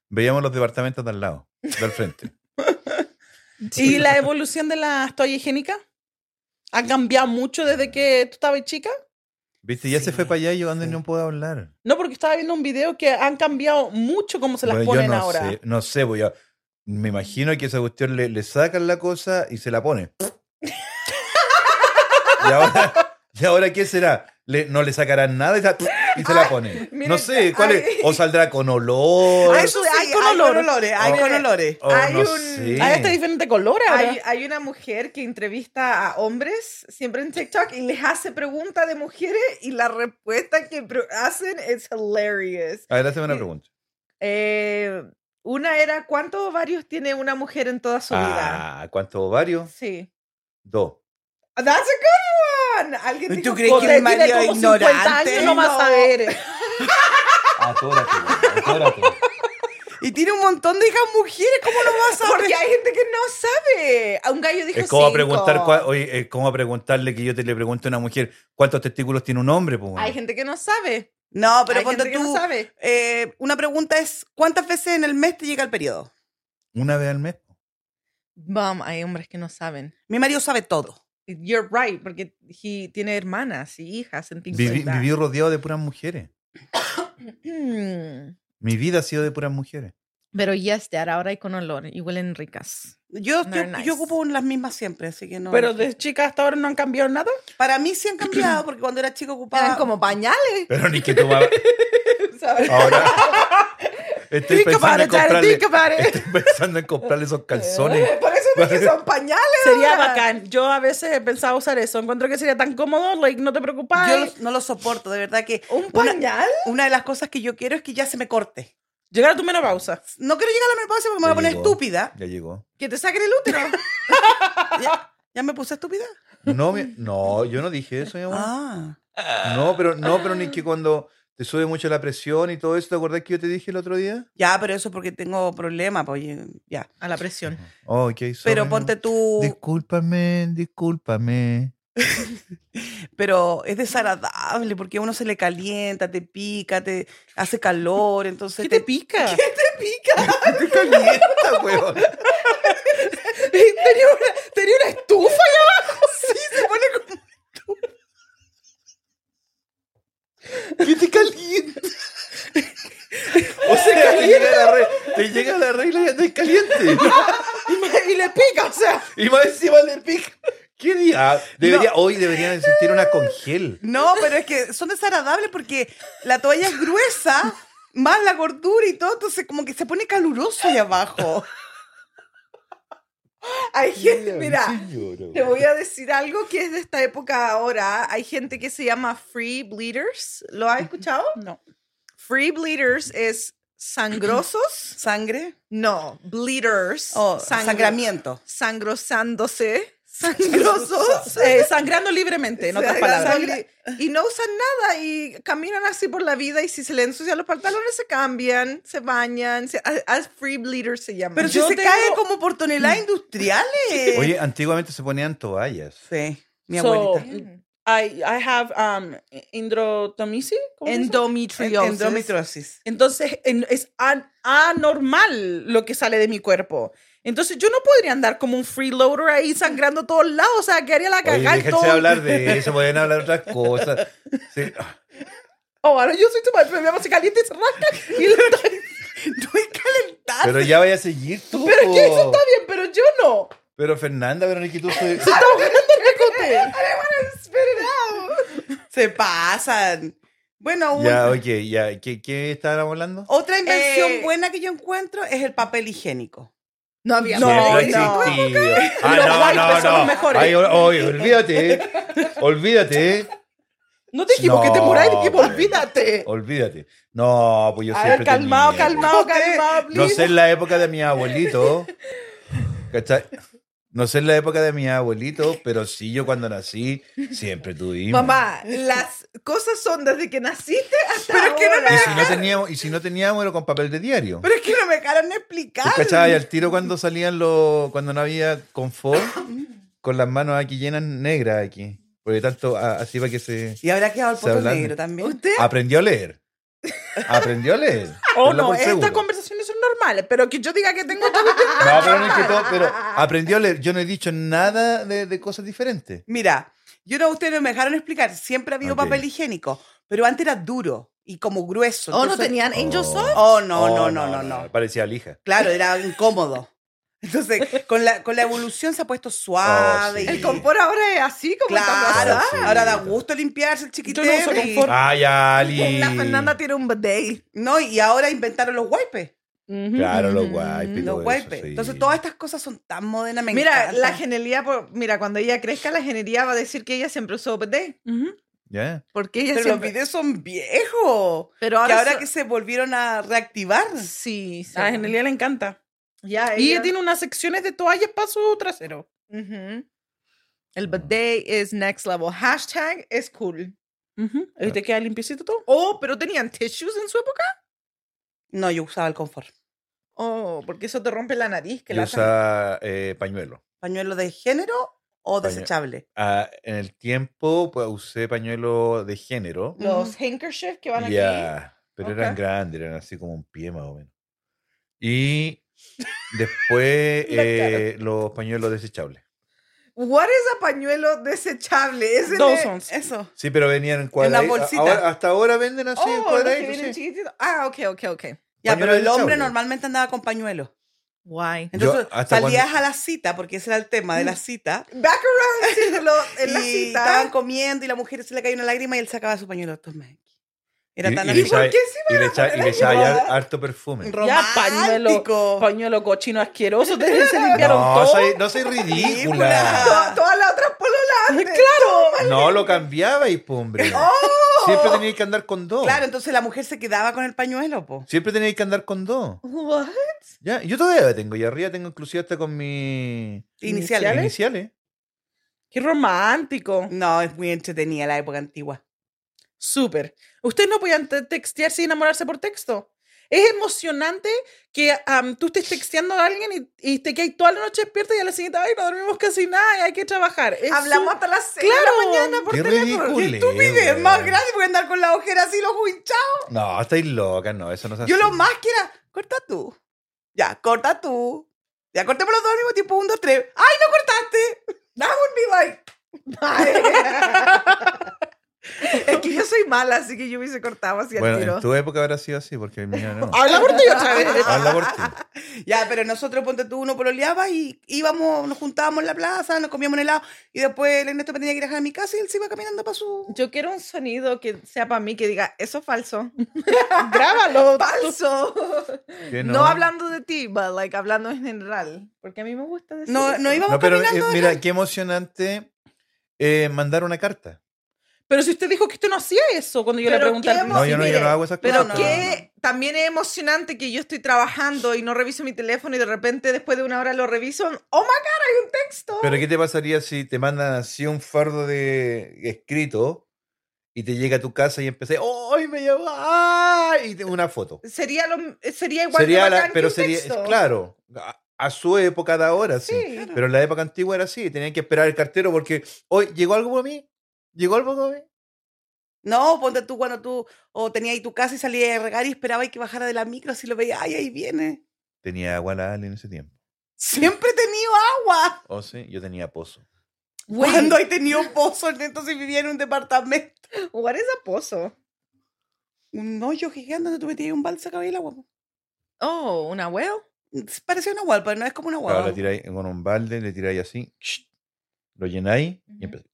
Speaker 3: Veíamos los departamentos de al lado, del frente.
Speaker 1: ¿Y la evolución de las toallas higiénicas? ¿Ha cambiado mucho desde que tú estabas chica?
Speaker 3: ¿Viste? Ya se
Speaker 4: Sí,
Speaker 3: fue para allá y yo Andrés,
Speaker 4: sí.
Speaker 3: no puedo hablar.
Speaker 1: No, porque estaba viendo un video que han cambiado mucho cómo se las
Speaker 3: Bueno, yo
Speaker 1: ponen
Speaker 3: no
Speaker 1: ahora.
Speaker 3: Sé, no sé, voy a... Me imagino que esa cuestión le, le sacan la cosa y se la ponen. y, ahora, ¿Y ahora qué será? Le- no le sacarán nada y, sa- y se la ponen.
Speaker 2: miren,
Speaker 3: no sé, ¿cuál es?
Speaker 2: ay.
Speaker 3: O saldrá con olor.
Speaker 4: Ah,
Speaker 2: eso sí,
Speaker 4: hay,
Speaker 2: con
Speaker 4: hay
Speaker 2: olor.
Speaker 4: olores, hay
Speaker 3: Oh.
Speaker 4: con olores.
Speaker 3: o
Speaker 2: hay
Speaker 3: no
Speaker 2: un-
Speaker 3: sé.
Speaker 1: Ah, está diferente color ahora.
Speaker 2: Hay, hay una mujer que entrevista a hombres siempre en TikTok y les hace preguntas de mujeres y la respuesta que pro- hacen es hilarious.
Speaker 3: A ver, hazme una pregunta.
Speaker 2: Eh, Una era, ¿cuántos ovarios tiene una mujer en toda su vida?
Speaker 3: Ah, ¿cuántos ovarios?
Speaker 2: Sí.
Speaker 3: Dos.
Speaker 2: That's a good one. ¿Alguien
Speaker 4: ¿Tú
Speaker 2: dijo
Speaker 4: crees
Speaker 2: como-
Speaker 4: que mi
Speaker 2: tiene
Speaker 4: marido
Speaker 2: como
Speaker 4: es
Speaker 2: 50
Speaker 4: ignorante?
Speaker 2: años, no va a
Speaker 4: No.
Speaker 2: saber.
Speaker 3: Atórate, güey, atórate.
Speaker 4: Y tiene un montón de hijas mujeres, ¿cómo no vas a
Speaker 2: Porque
Speaker 4: saber?
Speaker 2: hay gente que no sabe. A un gallo dijo
Speaker 3: Es como,
Speaker 2: cinco.
Speaker 3: preguntar cua- oye, es como preguntarle que yo te le pregunte a una mujer cuántos testículos tiene un hombre. Pues, bueno.
Speaker 2: Hay gente que no sabe.
Speaker 4: No, pero
Speaker 2: Hay
Speaker 4: ponte
Speaker 2: gente que
Speaker 4: tú.
Speaker 2: no sabe.
Speaker 4: eh, una pregunta es: ¿cuántas veces en el mes te llega el periodo?
Speaker 3: Una vez al mes.
Speaker 2: Mom, hay hombres que no saben.
Speaker 4: Mi marido sabe todo.
Speaker 2: You're right, porque he tiene hermanas y hijas en things
Speaker 3: Viví,
Speaker 2: like that.
Speaker 3: viví rodeado de puras mujeres.
Speaker 2: Mm.
Speaker 3: Mi vida ha sido de puras mujeres.
Speaker 2: Pero yes, Dad, ahora hay con olor y huelen ricas.
Speaker 4: Yo, yo,
Speaker 2: Very nice.
Speaker 4: yo ocupo las mismas siempre, así que no.
Speaker 1: Pero de chica hasta ahora no han cambiado nada.
Speaker 4: Para mí sí han cambiado, porque cuando era chico ocupaba.
Speaker 2: Eran como pañales,
Speaker 3: Pero ni que tomaba.
Speaker 2: ¿sabes?
Speaker 3: Ahora. Estoy
Speaker 1: Think about
Speaker 3: pensando, en
Speaker 1: it, Jared,
Speaker 3: comprarle,
Speaker 1: think about it.
Speaker 3: estoy pensando en comprarle esos calzones.
Speaker 2: Por eso dije, son pañales.
Speaker 1: Sería
Speaker 2: ahora.
Speaker 1: bacán. Yo a veces he pensado usar eso. Encuentro que sería tan cómodo, like, no te preocupes.
Speaker 4: Yo los- no lo soporto, de verdad que.
Speaker 2: ¿Un
Speaker 4: una-
Speaker 2: pañal?
Speaker 4: una de las cosas que yo quiero es que ya se me corte.
Speaker 1: Llegar a tu menopausa.
Speaker 4: No quiero llegar a la menopausia porque me voy
Speaker 3: Ya
Speaker 4: a poner
Speaker 3: llegó.
Speaker 4: estúpida.
Speaker 3: Ya llegó.
Speaker 2: Que te saquen el útero.
Speaker 4: ¿Ya, ya me puse estúpida?
Speaker 3: No, mi- no, yo no dije eso, mi amor.
Speaker 4: Ah.
Speaker 3: No, pero no, pero ni que cuando te sube mucho la presión y todo eso, ¿te acordás que yo te dije el otro día?
Speaker 4: Ya, pero eso es porque tengo problemas, pues y- ya.
Speaker 2: A la presión.
Speaker 3: Oh, ¿qué hizo?
Speaker 4: Pero ponte tú.
Speaker 3: Discúlpame, discúlpame.
Speaker 4: Pero es desagradable porque a uno se le calienta, te pica, te hace calor, entonces.
Speaker 1: ¿Qué te pica?
Speaker 3: Te calienta, weón.
Speaker 1: tenía, una, tenía una estufa allá abajo.
Speaker 4: Sí, se pone como.
Speaker 3: ¿Qué te calienta? O sea, te llega, la re- te llega la regla y andas caliente.
Speaker 1: Y, me- y le pica, o sea.
Speaker 3: Y más encima le pica. ¿Qué día? Ah, Debería, Hoy deberían existir una con gel.
Speaker 4: No, pero es que son desagradables porque la toalla es gruesa, más la gordura y todo, entonces como que se pone caluroso ahí abajo.
Speaker 2: Hay gente, mira,
Speaker 3: Señora,
Speaker 2: te
Speaker 3: weón.
Speaker 2: voy a decir algo que es de esta época ahora. Hay gente que se llama free bleeders. ¿Lo has escuchado?
Speaker 1: No.
Speaker 2: Free bleeders es sangrosos.
Speaker 4: ¿Sangre?
Speaker 2: No, bleeders.
Speaker 4: O
Speaker 2: sangre-
Speaker 4: Oh, sangramiento.
Speaker 2: Sangrosándose. Sangrosos.
Speaker 1: Eh, sangrando libremente, en otras
Speaker 2: Sangra-
Speaker 1: palabras.
Speaker 2: sangra- Y no usan nada y caminan así por la vida y si se le ensucian los pantalones se cambian, se bañan, se, as- as free bleeders se llaman.
Speaker 4: Pero
Speaker 1: Yo
Speaker 4: si se
Speaker 1: tengo-
Speaker 4: cae como por toneladas industriales.
Speaker 3: Oye, antiguamente se ponían toallas.
Speaker 4: Sí, mi
Speaker 1: So,
Speaker 4: abuelita.
Speaker 2: Mm.
Speaker 1: I, I have um, indrotomisi. ¿cómo se dice?
Speaker 2: endometriosis.
Speaker 4: Endometriosis.
Speaker 1: Entonces en- es an- anormal lo que sale de mi cuerpo. Entonces yo no podría andar como un freeloader ahí sangrando a todos lados. O sea, que haría la
Speaker 3: Oye,
Speaker 1: cagada. en
Speaker 3: déjense
Speaker 1: todo-
Speaker 3: hablar de eso, pueden hablar de otras cosas. Sí.
Speaker 1: Oh, ahora yo soy tu madre, pero mi mamá se calienta y se rasca. Y le estoy-
Speaker 4: Estoy calentada.
Speaker 3: Pero ya vaya a seguir tú.
Speaker 1: Pero que eso
Speaker 3: po.
Speaker 1: está bien, pero yo no.
Speaker 3: Pero Fernanda, pero Niki, tú soy-
Speaker 1: Estamos jugando el cote.
Speaker 4: Se pasan. Bueno, un-
Speaker 3: Ya, ok, ya. ¿Qué, qué estábamos hablando?
Speaker 1: Oh,
Speaker 4: otra invención
Speaker 2: Eh,
Speaker 4: buena que yo encuentro es el papel higiénico.
Speaker 2: No había
Speaker 1: No,
Speaker 3: Siempre ha
Speaker 1: no.
Speaker 3: existido.
Speaker 1: Los
Speaker 3: Ah,
Speaker 1: wipers son
Speaker 3: no, no,
Speaker 1: los
Speaker 3: no.
Speaker 1: mejores.
Speaker 3: Ay, ol- oye, olvídate. Olvídate.
Speaker 1: No te dijimos que te
Speaker 3: No,
Speaker 1: muráis, dijimos,
Speaker 3: bueno.
Speaker 1: olvídate.
Speaker 3: Olvídate. No, pues yo
Speaker 1: A
Speaker 3: siempre
Speaker 1: ver, calmado,
Speaker 3: tenía.
Speaker 1: calmado,
Speaker 4: Ustedes-
Speaker 1: calmado, please.
Speaker 3: No sé en la época de mi abuelito. ¿cachai? No sé en la época de mi abuelito, pero sí yo cuando nací siempre tuvimos.
Speaker 2: Mamá, las cosas son desde que naciste hasta Pero
Speaker 4: es que no
Speaker 3: Y si no teníamos, y si no teníamos era con papel de diario.
Speaker 4: Pero es que no me dejaron
Speaker 3: ¿Tú
Speaker 4: explicar.
Speaker 3: cachabas al tiro cuando salían los. cuando no había confort? Con las manos aquí llenas negras aquí. Porque tanto a- así para que se.
Speaker 4: Y habrá quedado el
Speaker 3: Se
Speaker 4: poto
Speaker 3: hablan.
Speaker 4: negro también.
Speaker 2: ¿Usted?
Speaker 3: Aprendió a leer. Aprendió a leer.
Speaker 1: Oh,
Speaker 3: Tenlo
Speaker 1: no,
Speaker 3: por
Speaker 1: estas
Speaker 3: seguro.
Speaker 1: conversaciones son normales, pero que yo diga que tengo otra cuestión.
Speaker 3: No, pero no es que todo, pero aprendió a leer. Yo no he dicho nada de, de cosas diferentes.
Speaker 4: Mira, yo no, ustedes no me dejaron explicar. Siempre ha habido
Speaker 3: Ok.
Speaker 4: papel higiénico, pero antes era duro y como grueso.
Speaker 2: Oh, no
Speaker 4: entonces-
Speaker 2: tenían angel
Speaker 3: Oh.
Speaker 2: soft.
Speaker 4: Oh, no, no, no, no, no.
Speaker 3: Parecía lija.
Speaker 4: Claro, era incómodo. Entonces, con la, con la evolución se ha puesto suave.
Speaker 3: Oh, sí.
Speaker 4: y-
Speaker 2: El confort ahora es así como está
Speaker 4: Claro,
Speaker 2: pasada.
Speaker 3: Sí.
Speaker 4: ahora da gusto limpiarse el chiquitero.
Speaker 1: Yo no uso
Speaker 4: y,
Speaker 1: confort.
Speaker 3: Ah, ya, Ali.
Speaker 2: La Fernanda tiene un bidet.
Speaker 4: no, y ahora inventaron los wipes.
Speaker 3: Claro, los guaypes. y
Speaker 4: Los
Speaker 3: todo eso,
Speaker 4: wipes.
Speaker 3: sí.
Speaker 4: Entonces, todas estas cosas son tan modernas. me
Speaker 2: Mira,
Speaker 4: encanta.
Speaker 2: la genialidad, por- mira, cuando ella crezca, la genialidad va a decir que ella siempre usó bidet.
Speaker 1: Ujú.
Speaker 3: ¿Ya?
Speaker 2: Porque ella
Speaker 4: Pero
Speaker 2: siempre-
Speaker 4: los videos son viejos.
Speaker 2: Pero
Speaker 4: Ahora,
Speaker 2: ahora,
Speaker 4: que, ahora
Speaker 2: so-
Speaker 4: que se volvieron a reactivar.
Speaker 2: Sí, sí.
Speaker 1: Ah,
Speaker 4: A Genelia le encanta.
Speaker 2: Ya,
Speaker 1: Y
Speaker 2: ella-
Speaker 1: ella tiene unas secciones de toallas para su trasero.
Speaker 2: Ujú. El bidet is next level. Hashtag es cool. Ah.
Speaker 1: Y te queda limpiecito todo.
Speaker 2: Oh, pero tenían tissues en su época.
Speaker 4: No, yo usaba el confort.
Speaker 2: Oh, porque eso te rompe la nariz. Que
Speaker 3: Yo
Speaker 2: la
Speaker 3: usaba eh, pañuelo.
Speaker 4: ¿Pañuelo de género o
Speaker 3: Pañue-
Speaker 4: desechable?
Speaker 3: Ah, en el tiempo pues, usé pañuelo de género.
Speaker 2: Los handkerchiefs que van
Speaker 3: Ya,
Speaker 2: aquí.
Speaker 3: pero eran
Speaker 2: Ok.
Speaker 3: grandes, eran así como un pie más o menos. Y después
Speaker 2: La cara.
Speaker 3: eh, los pañuelos desechables.
Speaker 2: What is a pañuelo desechable? Es el
Speaker 1: Dos
Speaker 2: de-
Speaker 1: son.
Speaker 4: Eso.
Speaker 3: Sí, pero venían en
Speaker 4: En la
Speaker 3: cuadraditos.
Speaker 4: bolsita.
Speaker 3: Ahora- hasta ahora venden así en
Speaker 2: Oh, los que
Speaker 3: cuadraditos.
Speaker 2: vienen
Speaker 3: sí.
Speaker 2: chiquititos. Ah, ok, ok, ok.
Speaker 4: Ya, pero
Speaker 3: Pañuelo
Speaker 4: el hombre
Speaker 3: desechable.
Speaker 4: normalmente andaba con pañuelo.
Speaker 2: Why?
Speaker 3: Yo,
Speaker 4: Entonces
Speaker 3: hasta
Speaker 4: salías
Speaker 3: cuando-
Speaker 4: a la cita, porque ese era el tema de la cita.
Speaker 2: Back around sí, lo- Mm. en la
Speaker 4: y
Speaker 2: cita.
Speaker 4: estaban comiendo y la mujer se le caía una lágrima y él sacaba su pañuelo. Toma aquí. Era
Speaker 3: Y-
Speaker 4: tan
Speaker 3: y
Speaker 2: ¿Y
Speaker 4: así.
Speaker 2: por
Speaker 3: sabe-
Speaker 2: qué se
Speaker 3: Y le echa- y le echaba ya
Speaker 4: llevar.
Speaker 3: harto perfume.
Speaker 1: Ya, pañuelo,
Speaker 4: romántico.
Speaker 1: pañuelo cochino asqueroso. Te, se limpiaron
Speaker 3: No,
Speaker 1: todo.
Speaker 3: soy, no soy ridícula.
Speaker 2: va toda la otra polola antes?
Speaker 3: No, lo cambiaba y po, hombre. Siempre teníais que andar con dos.
Speaker 4: Oh. Claro, entonces la mujer se quedaba con el pañuelo, po.
Speaker 3: Siempre teníais que andar con dos.
Speaker 2: What?
Speaker 3: Ya, yo todavía la tengo. Y arriba tengo inclusive hasta con mis
Speaker 4: Iniciales.
Speaker 1: ¿Iniciales?
Speaker 3: iniciales.
Speaker 1: Qué romántico.
Speaker 4: No, es muy entretenida la época antigua.
Speaker 1: Súper. ¿Ustedes no podían te- textear sin enamorarse por texto? Es emocionante que am, tú estés texteando a alguien y, y te quedas toda la noche despierta y a la siguiente, ay, no dormimos casi nada y hay que trabajar. Es
Speaker 2: Hablamos
Speaker 1: su-
Speaker 2: hasta las seis
Speaker 1: Claro.
Speaker 2: de la mañana por
Speaker 3: Qué
Speaker 2: teléfono.
Speaker 3: ridículo.
Speaker 4: Qué estúpido, es más grande porque andar con la ojera así, los hinchados.
Speaker 3: No, estáis locas, no, eso no es así.
Speaker 4: Yo lo más que era, corta tú. Ya, corta tú. Ya cortemos los dos al mismo tiempo, un, dos, tres. ¡Ay, no cortaste!
Speaker 2: That would be like. Bye. es que yo soy mala, así que yo hubiese cortado así
Speaker 3: Bueno,
Speaker 2: al tiro.
Speaker 3: en tu época habrá sido así, porque el mío
Speaker 4: Ah,
Speaker 3: no.
Speaker 1: Habla por ti otra vez.
Speaker 3: Habla por ti.
Speaker 4: Ya, pero nosotros, ponte tú, uno pololeaba y íbamos, nos juntábamos en la plaza, nos comíamos un helado y después el Ernesto me tenía que ir a dejar a mi casa y él se iba caminando para su...
Speaker 2: Yo quiero un sonido que sea para mí que diga, eso es falso.
Speaker 1: Grábalo.
Speaker 2: ¡Falso!
Speaker 3: Que
Speaker 2: No hablando de ti, but like hablando en general. Porque a mí me gusta decir.
Speaker 4: No,
Speaker 2: eso.
Speaker 4: no íbamos
Speaker 3: No, pero eh,
Speaker 4: caminando.
Speaker 3: mira, qué emocionante eh, mandar una carta.
Speaker 1: Pero si usted dijo que usted no hacía eso cuando yo le
Speaker 2: Pero
Speaker 1: pregunté.
Speaker 2: qué
Speaker 1: al
Speaker 2: No,
Speaker 3: No, yo no, yo
Speaker 2: mire,
Speaker 3: no hago esas
Speaker 2: Pero
Speaker 3: cosas. no,
Speaker 2: que también es emocionante que yo estoy trabajando y no reviso mi teléfono y de repente después de una hora lo reviso. ¡Oh my god! ¡Hay un texto!
Speaker 3: Pero ¿qué te pasaría si te mandan así un fardo de escrito y te llega a tu casa y empecé, ¡ay, me llamó! ¡Ay! Y te- una foto.
Speaker 2: sería, lo, sería igual
Speaker 3: Sería
Speaker 2: de
Speaker 3: la-
Speaker 2: bacán que
Speaker 3: pero
Speaker 2: un
Speaker 3: sería,
Speaker 2: texto.
Speaker 3: claro, a, a su época de ahora, sí.
Speaker 2: Sí.
Speaker 3: Pero en la época antigua era así, tenían que esperar el cartero porque, hoy ¿llegó algo para mí? ¿Llegó algo para mí?
Speaker 4: No, ponte tú cuando tú o tenías ahí tu casa y salías a regar y esperabas que bajara de la micro así lo veía, ay, ahí viene.
Speaker 3: Tenía agua la Ale en ese tiempo.
Speaker 4: Siempre he tenido agua.
Speaker 3: O Oh, sí, yo tenía pozo.
Speaker 2: Güey,
Speaker 4: Cuando he tenido pozo, entonces vivía en un departamento.
Speaker 2: what is a pozo?
Speaker 4: un hoyo gigante donde tú metías un balsa cabello el agua. po.
Speaker 2: Oh, una huevo.
Speaker 4: Es- Parecía una hueá, pero no es como una
Speaker 3: Claro,
Speaker 4: hueá.
Speaker 3: la tiráis con un balde, le tiráis así, lo llenáis y
Speaker 2: Ujú.
Speaker 3: empezáis.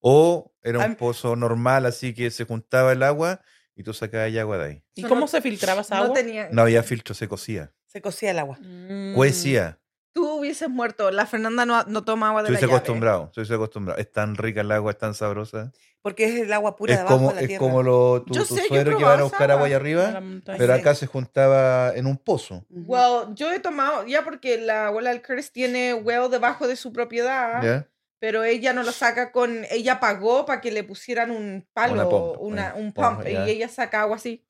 Speaker 3: O era un
Speaker 4: Am-
Speaker 3: pozo normal, así que se juntaba el agua y tú sacabas agua de ahí.
Speaker 1: ¿Y
Speaker 2: No,
Speaker 1: cómo
Speaker 2: no-
Speaker 1: se filtraba esa
Speaker 2: No
Speaker 1: agua?
Speaker 2: tenía.
Speaker 3: No había filtro, se cocía.
Speaker 4: Se cocía el agua.
Speaker 1: Mm.
Speaker 3: Pues Cuecía.
Speaker 2: Tú hubieses muerto. La Fernanda no, no toma agua de
Speaker 3: Estoy
Speaker 2: la llave.
Speaker 3: acostumbrado, estoy acostumbrado. Es tan rica el agua, es tan sabrosa.
Speaker 4: Porque es el agua pura
Speaker 3: es
Speaker 4: de abajo
Speaker 3: como,
Speaker 4: de la
Speaker 3: es
Speaker 4: tierra.
Speaker 3: como lo, tu,
Speaker 2: Yo
Speaker 3: tu
Speaker 2: sé, yo he
Speaker 3: suegro que
Speaker 2: probado
Speaker 3: van a
Speaker 2: esa
Speaker 3: buscar agua allá
Speaker 1: A Mm, la
Speaker 3: arriba,
Speaker 1: montaña.
Speaker 3: pero
Speaker 4: sí.
Speaker 3: acá se juntaba en un pozo.
Speaker 4: Ujú.
Speaker 2: Well, yo he tomado, ya porque la abuela del Curtis tiene huevo debajo de su propiedad,
Speaker 3: ¿ya?
Speaker 2: pero ella no lo saca con, ella pagó para que le pusieran un palo,
Speaker 3: Una pompa,
Speaker 2: una-
Speaker 3: una
Speaker 2: un
Speaker 3: pompa,
Speaker 2: pump,
Speaker 3: ya.
Speaker 2: y ella saca agua así.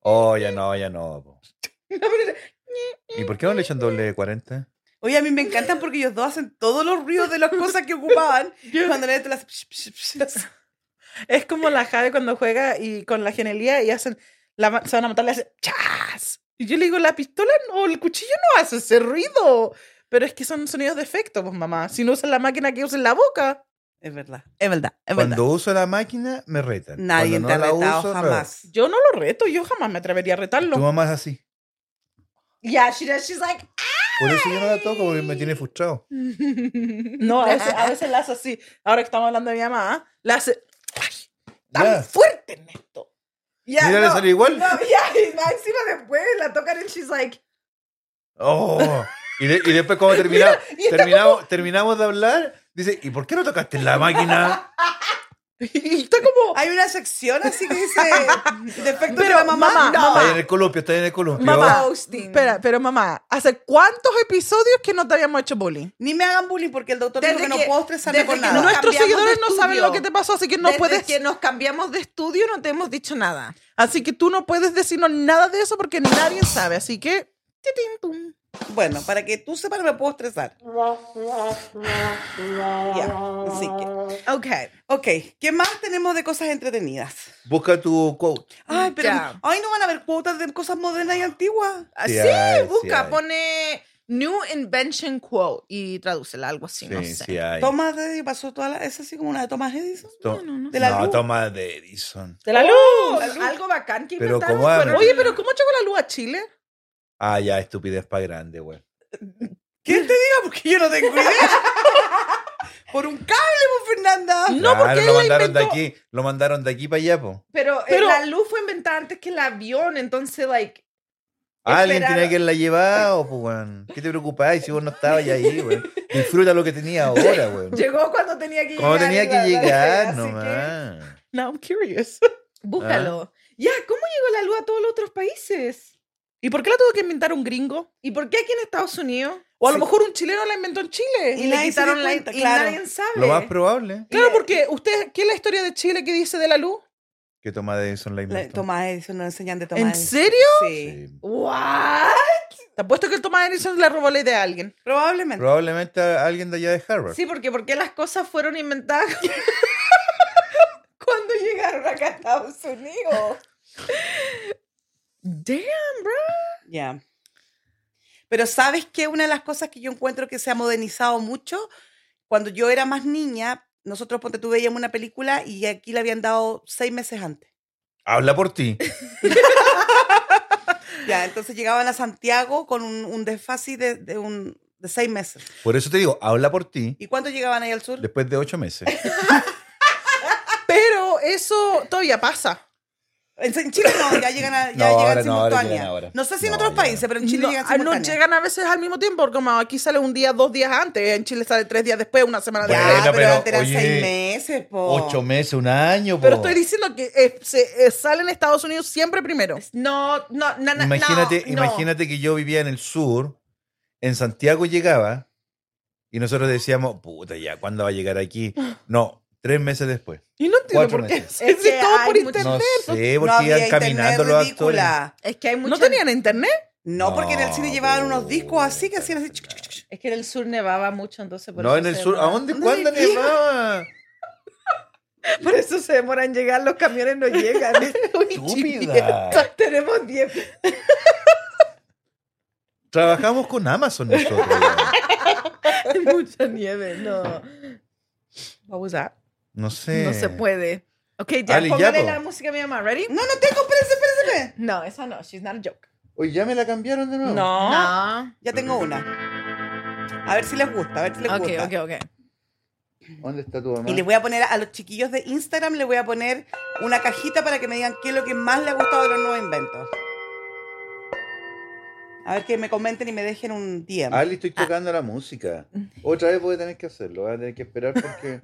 Speaker 3: Oh, ya no, ya no. po. ¿Y por qué no le echan doble de 40?
Speaker 4: Oye, a mí me encantan porque ellos dos hacen todos los ruidos de las cosas que ocupaban.
Speaker 1: Yo-
Speaker 4: cuando le tú las... psh, psh, psh, psh.
Speaker 1: Es como la Jade cuando juega y con la genialidad y hacen, la, ma- se van a matar, le hacen chas. Y yo le digo, la pistola o el cuchillo no hace ese ruido. Pero es que son sonidos de efecto, pues mamá. Si no usan la máquina que usan la boca.
Speaker 4: Es verdad, es verdad, es
Speaker 3: Cuando
Speaker 4: verdad.
Speaker 3: uso la máquina, me retan.
Speaker 4: Nadie
Speaker 3: Cuando
Speaker 4: te ha
Speaker 3: no la
Speaker 4: retado
Speaker 3: uso, me
Speaker 4: jamás.
Speaker 1: Yo no lo reto, yo jamás me atrevería a
Speaker 3: Tu
Speaker 1: retarlo.
Speaker 3: mamá es así.
Speaker 2: Yeah, she does, she's like,
Speaker 3: Por eso yo no la toco, porque me tiene frustrado.
Speaker 1: No, a veces, a veces la hace así. Ahora que estamos hablando de mi mamá, ¿ah? la hace ay, tan
Speaker 3: Ya.
Speaker 1: fuerte en esto.
Speaker 2: yeah,
Speaker 3: Mira, le
Speaker 2: no,
Speaker 3: salió igual.
Speaker 2: no, yeah, y más encima después la tocan and she's like,
Speaker 3: Oh. Y, de- y después cuando terminamos,
Speaker 1: y está
Speaker 3: terminamos, terminamos de hablar, dice, ¿y por qué no tocaste la máquina?
Speaker 1: Y está como.
Speaker 4: Hay una sección así que dice defecto de
Speaker 1: Pero,
Speaker 4: la mamá.
Speaker 1: mamá,
Speaker 4: No.
Speaker 1: mamá.
Speaker 3: Está ahí en el columpio, está ahí en el columpio.
Speaker 1: Mamá,
Speaker 2: Ghosting.
Speaker 1: espera, pero mamá, ¿hace cuántos episodios que no te habíamos hecho bullying?
Speaker 4: Ni me hagan bullying porque el doctor
Speaker 2: Desde
Speaker 4: dijo que no
Speaker 2: que-
Speaker 4: puedo estresarme
Speaker 2: desde
Speaker 4: por
Speaker 2: que
Speaker 4: nada.
Speaker 2: Nos no-
Speaker 1: Nuestros
Speaker 2: cambiamos
Speaker 1: seguidores
Speaker 2: de
Speaker 1: no saben
Speaker 2: estudio.
Speaker 1: lo que te pasó, así que no
Speaker 2: Desde
Speaker 1: puedes.
Speaker 2: que nos cambiamos de estudio no te hemos dicho nada.
Speaker 1: Así que tú no puedes decirnos nada de eso porque nadie sabe. Así que.
Speaker 2: Titín, tum.
Speaker 4: Bueno, para que tú sepas, no me puedo estresar. Ya, así que.
Speaker 2: Ok.
Speaker 4: Ok, ¿qué más tenemos de cosas entretenidas?
Speaker 3: Busca tu quote.
Speaker 4: Ay, pero.
Speaker 2: Ya.
Speaker 4: Ay, no van a haber cuotas de cosas modernas y antiguas.
Speaker 2: Así,
Speaker 3: Sí hay, sí
Speaker 2: busca,
Speaker 3: hay.
Speaker 2: pone New Invention Quote y tradúcela, algo así,
Speaker 3: Sí,
Speaker 2: no sé.
Speaker 3: sí hay.
Speaker 4: Thomas Edison pasó toda la. Es así como una de Thomas Edison.
Speaker 3: To-
Speaker 2: no, no.
Speaker 4: De la
Speaker 3: no,
Speaker 4: luz.
Speaker 3: toma de Edison.
Speaker 1: ¡De la luz!
Speaker 2: Oh, Algo bacán que
Speaker 3: Pero
Speaker 2: inventaron.
Speaker 3: ¿cómo
Speaker 2: fueron-
Speaker 3: abren?
Speaker 1: Oye, pero ¿cómo llegó la luz a Chile?
Speaker 3: Ah, ya, estupidez para grande, güey.
Speaker 4: ¿Quién te diga? Porque yo no tengo idea. Por un cable, pues, Fernanda.
Speaker 1: No, porque
Speaker 3: lo
Speaker 1: ella
Speaker 3: mandaron
Speaker 1: inventó-
Speaker 3: de aquí, lo mandaron de aquí para allá, po.
Speaker 2: Pero, eh,
Speaker 1: Pero-
Speaker 2: la luz fue inventada antes que el avión, entonces, like,
Speaker 3: Alguien
Speaker 2: Esperaron.
Speaker 3: tenía que la llevado, pues, weón. ¿Qué te preocupás si vos no estabas ya ahí, weón? Disfruta lo que tenía ahora, weón.
Speaker 2: llegó cuando tenía que
Speaker 3: Cuando
Speaker 2: llegar.
Speaker 3: tenía
Speaker 2: la- la-
Speaker 3: que llegar,
Speaker 2: así que
Speaker 3: nomás. Ah.
Speaker 1: Now I'm curious.
Speaker 2: Búscalo. Ya, ¿cómo llegó la luz a todos los otros países?
Speaker 1: ¿Y por qué la tuvo que inventar un gringo?
Speaker 2: ¿Y por qué aquí en Estados Unidos?
Speaker 1: O a lo
Speaker 4: Sí.
Speaker 1: mejor un chileno la inventó en Chile.
Speaker 4: Y
Speaker 2: Y le
Speaker 4: nadie se
Speaker 2: quitaron
Speaker 4: dio
Speaker 2: la...
Speaker 4: cuenta,
Speaker 2: y
Speaker 4: claro.
Speaker 2: nadie sabe.
Speaker 3: Lo más probable
Speaker 1: Claro, porque usted, ¿qué es la historia de Chile que dice de la luz?
Speaker 3: que toma de Edison
Speaker 4: La-
Speaker 3: la inventó.
Speaker 4: Thomas Edison nos enseñan de Thomas
Speaker 1: ¿En
Speaker 4: Edison.
Speaker 1: serio?
Speaker 4: Sí.
Speaker 3: Sí.
Speaker 2: What?
Speaker 1: Te apuesto que el Thomas Edison le robó la idea a alguien.
Speaker 4: Probablemente.
Speaker 3: Probablemente a alguien de allá de Harvard.
Speaker 2: Sí, porque ¿por qué las cosas fueron inventadas cuando llegaron acá a Estados Unidos?
Speaker 1: Damn.
Speaker 4: Ya. Pero ¿sabes qué? Una de las cosas que yo encuentro que se ha modernizado mucho, cuando yo era más niña, nosotros, ponte tú, veíamos una película y aquí la habían dado seis meses antes.
Speaker 3: Habla por ti.
Speaker 4: Ya, entonces llegaban a Santiago con un, un desfase de, de un, de seis meses.
Speaker 3: Por eso te digo, habla por ti
Speaker 4: ¿Y cuánto llegaban ahí al sur?
Speaker 3: después de ocho meses.
Speaker 1: Pero eso todavía pasa.
Speaker 4: En, en Chile no, ya llegan, a, ya
Speaker 3: No,
Speaker 4: llegan
Speaker 3: ahora no, ahora
Speaker 4: simultánea.
Speaker 3: llegan ahora.
Speaker 4: No sé si en
Speaker 3: No,
Speaker 4: otros
Speaker 3: llegan.
Speaker 4: países, pero en Chile
Speaker 1: no,
Speaker 4: llegan
Speaker 1: ah, no
Speaker 4: simultánea.
Speaker 1: llegan a veces al mismo tiempo, porque como aquí sale un día, dos días antes, en Chile sale tres días después, una semana
Speaker 4: Ya,
Speaker 1: después.
Speaker 3: Bueno,
Speaker 4: pero,
Speaker 3: pero,
Speaker 4: antes eran
Speaker 3: oye,
Speaker 4: seis meses, po.
Speaker 3: Ocho meses, un año.
Speaker 1: Pero
Speaker 3: po.
Speaker 1: estoy diciendo que eh, se, eh, sale en Estados Unidos siempre primero.
Speaker 2: No, no, na- na-
Speaker 3: Imagínate,
Speaker 2: no, no.
Speaker 3: imagínate que yo vivía en el sur, en Santiago llegaba y nosotros decíamos, puta, ya, ¿cuándo va a llegar aquí? No, tres meses después.
Speaker 1: Y no entiendo
Speaker 3: Cuatro
Speaker 1: por qué.
Speaker 3: meses.
Speaker 1: Se
Speaker 2: Es
Speaker 1: hizo
Speaker 2: que
Speaker 1: todo
Speaker 2: hay
Speaker 1: por
Speaker 2: mucho-
Speaker 1: internet.
Speaker 3: No sé,
Speaker 4: No
Speaker 3: porque
Speaker 4: había
Speaker 3: iban caminando
Speaker 4: internet
Speaker 3: los actores.
Speaker 4: ridícula.
Speaker 2: Es que hay mucha...
Speaker 1: ¿No tenían internet?
Speaker 4: No, porque en el
Speaker 3: No,
Speaker 4: cine llevaban unos discos así que
Speaker 3: puta,
Speaker 4: hacían así.
Speaker 3: claro.
Speaker 4: chuc, chuc, chuc.
Speaker 2: Es que en el sur nevaba mucho, entonces por
Speaker 3: No,
Speaker 2: eso
Speaker 3: en el
Speaker 2: se
Speaker 3: sur. ¿A
Speaker 2: demora.
Speaker 3: dónde?
Speaker 4: ¿Dónde
Speaker 3: ¿Cuándo
Speaker 4: vivía?
Speaker 3: nevaba?
Speaker 2: Por eso se demora en llegar, los camiones no llegan.
Speaker 3: Estúpida.
Speaker 2: Tenemos 10
Speaker 3: Trabajamos con Amazon nosotros. ya.
Speaker 2: mucha nieve, no. What was that?
Speaker 3: No sé.
Speaker 2: No se puede. Ok, ya,
Speaker 3: Ale, ya,
Speaker 2: póngale
Speaker 3: po.
Speaker 2: la música a mi mamá. ¿Ready?
Speaker 4: No, no tengo, espérense, espérense. espérense.
Speaker 2: No, esa no. She's not a joke.
Speaker 3: Oye, ya me la cambiaron de nuevo.
Speaker 2: No.
Speaker 4: Ya tengo una. A ver si les gusta, a ver si les
Speaker 2: Ok,
Speaker 4: gusta.
Speaker 2: ok, ok.
Speaker 3: ¿Dónde está tu mamá?
Speaker 4: Y les voy a poner a los chiquillos de Instagram, les voy a poner una cajita para que me digan qué es lo que más les ha gustado de los nuevos inventos. A ver que me comenten y me dejen un DM.
Speaker 3: Ali, Ah, estoy
Speaker 4: ah.
Speaker 3: tocando la música. Otra vez voy a tener que hacerlo. Voy a tener que esperar porque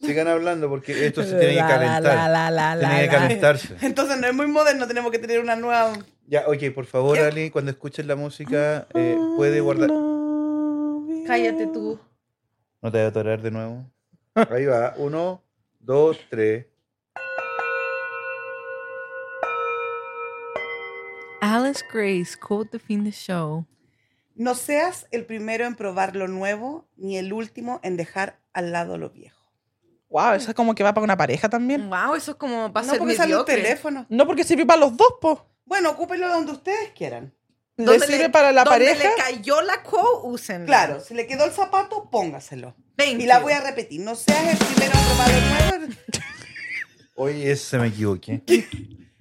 Speaker 3: sigan hablando porque esto se tiene que calentar. Tiene que calentarse.
Speaker 4: Entonces no es muy moderno, tenemos que tener una nueva.
Speaker 3: Ya, oye, por favor, Ali, cuando escuches la música, eh, puede guardar.
Speaker 2: Cállate tú.
Speaker 3: No te voy a atorar de nuevo. Ahí va. Uno, dos, tres.
Speaker 2: Alice Grace, quote the fin de show.
Speaker 4: No seas el primero en probar lo nuevo, ni el último en dejar al lado lo viejo.
Speaker 1: Wow, eso es como que va para una pareja también.
Speaker 2: Wow, eso es como para
Speaker 4: no
Speaker 2: ser
Speaker 4: porque sale un
Speaker 2: mediocre.
Speaker 4: teléfono.
Speaker 1: Mm. No porque sirve para los dos, po.
Speaker 4: Bueno, ocúpenlo donde ustedes quieran.
Speaker 1: Le
Speaker 2: ¿Dónde
Speaker 1: sirve para la
Speaker 2: dónde
Speaker 1: pareja.
Speaker 2: le cayó la quote, úsenla.
Speaker 4: Claro, si le quedó el zapato, póngaselo.
Speaker 2: Thank
Speaker 4: Y la
Speaker 2: you.
Speaker 4: voy a repetir. No seas el primero en probar lo nuevo.
Speaker 3: Oye, ese se me equivoqué.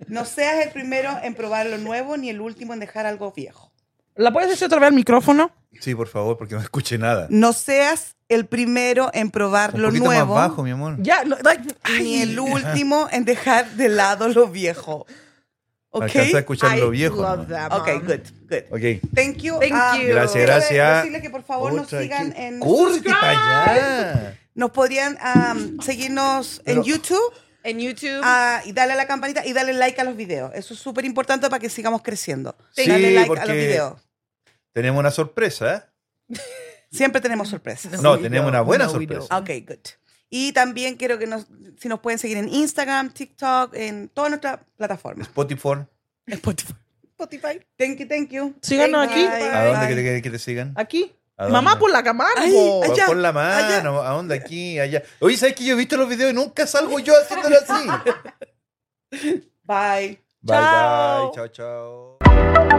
Speaker 4: No seas el primero en probar lo nuevo, ni el último en dejar algo viejo.
Speaker 1: ¿La puedes decir otra vez al micrófono?
Speaker 3: Sí, por favor, porque no escuché nada.
Speaker 4: No seas el primero en probar
Speaker 3: Un
Speaker 4: lo
Speaker 3: poquito
Speaker 4: nuevo,
Speaker 3: más bajo, mi amor.
Speaker 1: Ya, no, ay,
Speaker 4: ni
Speaker 1: ay.
Speaker 4: el último en dejar de lado lo viejo.
Speaker 3: Alcanza a
Speaker 4: Ok.
Speaker 3: escuchar lo
Speaker 2: I
Speaker 3: viejo.
Speaker 2: love
Speaker 3: ¿no?
Speaker 2: that,
Speaker 4: Ok,
Speaker 2: mom.
Speaker 4: good, good.
Speaker 3: Ok.
Speaker 4: Thank you.
Speaker 2: Thank
Speaker 4: Ah,
Speaker 2: you.
Speaker 3: Gracias,
Speaker 4: quiero
Speaker 3: gracias.
Speaker 4: Decirles que por favor nos
Speaker 3: Otra,
Speaker 4: sigan
Speaker 3: ¿qué?
Speaker 4: en.
Speaker 3: ¡Cúrrete para allá!
Speaker 4: Nos podrían am, seguirnos en
Speaker 3: Pero-
Speaker 4: YouTube
Speaker 2: En YouTube.
Speaker 4: ah, y darle a la campanita y darle like a los videos. Eso es súper importante para que sigamos creciendo.
Speaker 3: Sí,
Speaker 4: darle like a los
Speaker 3: porque-
Speaker 4: videos.
Speaker 3: Tenemos una sorpresa, ¿eh?
Speaker 4: Siempre tenemos sorpresas.
Speaker 3: Mm. No,
Speaker 2: we
Speaker 3: tenemos
Speaker 2: don't.
Speaker 3: una buena
Speaker 2: No, we
Speaker 3: sorpresa.
Speaker 4: Ok, good. Y también quiero que nos, si nos pueden seguir en Instagram, TikTok, en todas nuestras plataformas.
Speaker 3: Spotify.
Speaker 4: Spotify. Spotify. Thank you, thank you.
Speaker 1: Síganos
Speaker 4: Thank you.
Speaker 1: aquí.
Speaker 4: Bye,
Speaker 3: ¿A dónde
Speaker 4: bye.
Speaker 3: que te, que te sigan?
Speaker 1: Aquí.
Speaker 3: ¿A dónde?
Speaker 1: Mamá por la cámara.
Speaker 4: Ay,
Speaker 1: po.
Speaker 4: ay,
Speaker 3: Pon-
Speaker 4: allá,
Speaker 3: pon la
Speaker 4: allá.
Speaker 3: mano, ¿a dónde? Aquí, allá. Oye, ¿sabes que yo he visto los videos y nunca salgo yo haciéndolo así?
Speaker 4: Bye.
Speaker 3: Bye,
Speaker 1: Chao.
Speaker 3: bye. Chao, chao.